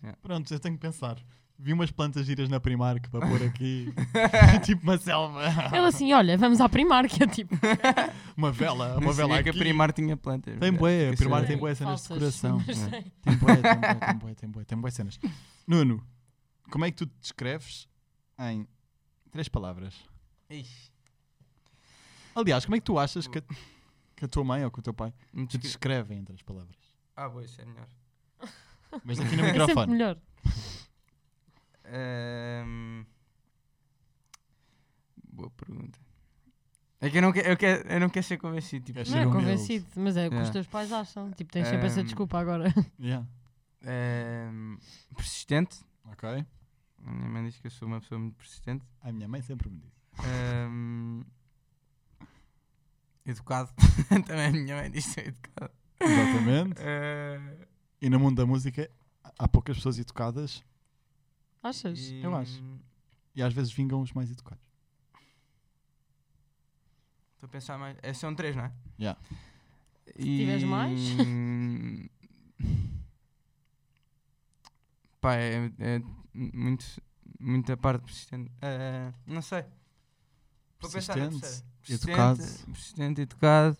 D: um-
C: Pronto, eu tenho que pensar. Vi umas plantas giras na Primark para pôr aqui. tipo uma selva.
B: Ele assim, olha, vamos à Primark, é tipo.
C: Uma vela,
D: Não
C: uma
D: sabia
C: vela
D: é que
C: aqui.
D: a é Primar tinha plantas.
C: Tem bué, a Primar tem
B: bem.
C: bué cenas de
B: Falsas,
C: decoração.
B: mas é.
C: né?
B: tem.
C: Tem bué, tem bué, tem bué, tem bué, tem bué cenas. Nuno, como é que tu te descreves em três palavras?
D: Ixi,
C: Aliás, como é que tu achas que a, que a tua mãe ou que o teu pai
D: me
C: te
D: descre-
C: descrevem em três palavras?
D: Ah, boa, isso é melhor.
C: Mas aqui no
B: É sempre
C: microfone.
B: melhor.
D: Ahm, Boa pergunta. É que eu não, que, eu, quero, eu não quero ser convencido. Tipo,
C: Queres
B: Não
C: ser
B: é
C: humilde.
B: convencido, mas é o que os
D: Yeah.
B: teus pais acham. Tipo, tens sempre
C: É.
B: essa
D: Um,
B: desculpa agora.
C: Yeah.
D: ahm, persistente.
C: Ok.
D: A minha mãe diz que eu sou uma pessoa muito persistente.
C: A minha mãe sempre me diz.
D: Ahm, educado. Também a minha mãe diz que sou educado.
C: Exatamente.
D: Ah,
C: E no mundo da música há- há poucas pessoas educadas
B: Achas? É
D: e-
C: eu acho. e às vezes vingam os mais educados.
D: Estou a pensar mais. É, são três, não é?
C: Yeah.
D: E...
B: tiveres mais?
D: Pá, é, é muito, muita parte persistente. Eh, não sei. Vou pensar na
C: Persistente,
D: terceira. persistente,
C: educado.
D: Persistente, educado.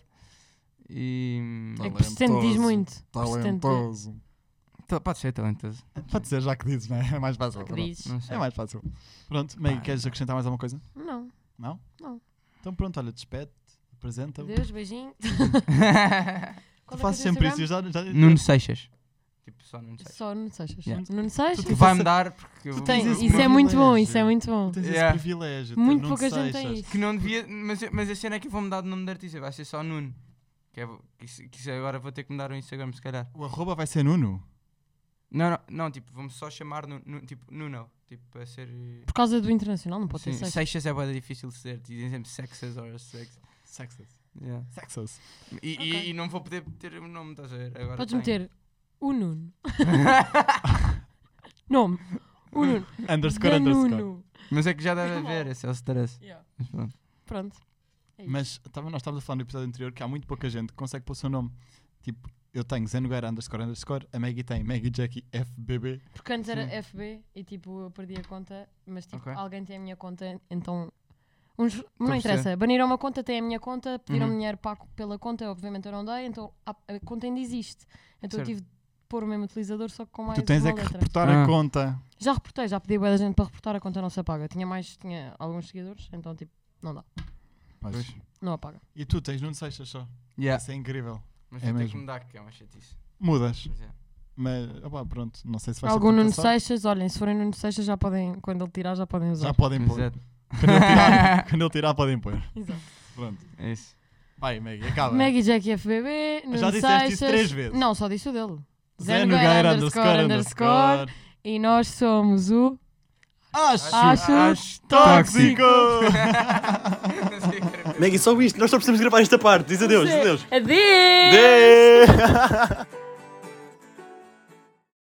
D: E.
B: É que persistente diz
C: Talentoso.
B: muito. Persistente.
D: Tá, Pode ser talentoso.
C: Pode ser, já que dizes, não é? É mais fácil.
B: Que
C: pronto.
B: dizes?
D: Não sei.
C: É mais fácil. Pronto, Meg,
D: Pá.
C: queres acrescentar mais alguma coisa?
B: Não.
C: Não?
B: Não.
C: Então pronto, olha, despede, apresenta.
B: Adeus, beijinho.
C: Tu
B: Qual é que é o
C: fazes
B: teu
C: sempre isso.
B: Instagram?
C: eu Já, já,
D: Nuno Seixas. Tipo, só Nuno Seixas.
B: Só Nuno Seixas.
D: Yeah.
B: Nuno Seixas.
C: Tu
D: Vai-me
C: tens-
D: dar, porque eu
C: tu
D: vou-
C: tens esse
B: Isso é muito bom,
C: privilégio.
B: isso é muito bom.
C: Tu tens
D: Yeah.
C: esse privilégio. tu
B: Muito
C: não
B: pouca gente
C: deixas.
B: tem isso.
D: Que não devia. Mas, mas a cena é que eu vou mudar de nome de artista, vai ser só Nuno. Que, é, que, isso- que isso agora vou ter que mudar o Instagram, se calhar.
C: O arroba vai ser Nuno.
D: Não, não, não tipo, vou-me só chamar Nuno, Nuno, tipo, Nuno. Tipo, para ser. eh,
B: Por causa do internacional, não pode ter
D: sim,
B: Seixas.
D: Seixas é bem difícil de ser, dizem sempre sexas or sex.
C: Sexas.
D: Yeah.
C: Sexas.
D: E,
B: Ok.
D: e, e não vou poder ter o nome, estás a ver?
C: é
D: Agora
B: Podes
D: tenho.
B: meter o Nuno. Nome. O Nuno.
C: Underscore,
B: Da
C: underscore.
B: é Nuno.
D: Mas é que já deve haver, esse é o stress.
B: Yeah.
D: Mas pronto.
B: Pronto. É isso.
C: Mas tava- nós estávamos a falar no episódio anterior que há muito pouca gente que consegue pôr o seu nome. Tipo, eu tenho Zé Nogueira, underscore, underscore. A Maggie tem Maggie Jackie FBB.
B: Porque antes era
D: Sim.
B: FB e tipo eu perdi a conta, mas tipo
D: Ok.
B: alguém tem a minha conta, então. Uns, não
D: perceber.
B: interessa, baniram uma conta, tem a minha conta, pediram
D: Uhum.
B: dinheiro pago pela conta, obviamente eu não dei, então a, a conta ainda existe. Então
D: Certo.
B: eu tive de pôr o mesmo utilizador, só que com mais
C: tu tens
B: uma
C: é que
B: letra.
C: reportar
D: Ah.
C: a conta.
B: Já reportei, já pedi a da gente para reportar, a conta não se apaga. Tinha mais, tinha alguns seguidores, então tipo, não dá,
D: Pois.
B: não apaga.
C: E tu tens Nuno Seixas só.
D: Yeah.
C: Isso é incrível.
D: Mas
C: É
D: vou ter que
C: mesmo.
D: mudar, que é uma chatice.
C: Mudas.
D: Mas é.
C: Mas, opá, pronto, não sei se vai
B: Algum Nuno
C: ultrapassado.
B: Seixas, olhem, se forem Nuno Seixas já podem, quando ele tirar, já podem usar.
C: Já podem pôr.
D: é. Exato.
C: Quando ele tirar, quando ele tirar, podem pôr.
B: Exato.
C: Pronto.
D: É isso.
C: Vai, Maggie, acaba.
B: Maggie é Jack FBB, Nuno
C: Tá Já disseste
B: Seixas.
C: isso três vezes.
B: Não, só disse o dele.
C: Zé Nogueira, underscore, underscore.
B: E nós somos o.
C: Acho,
B: Acho-
C: tóxico!
D: Não sei o que era.
A: Maggie, só isto. Nós só precisamos gravar esta parte. Diz adeus, diz adeus.
B: Adeus!
A: Adeus.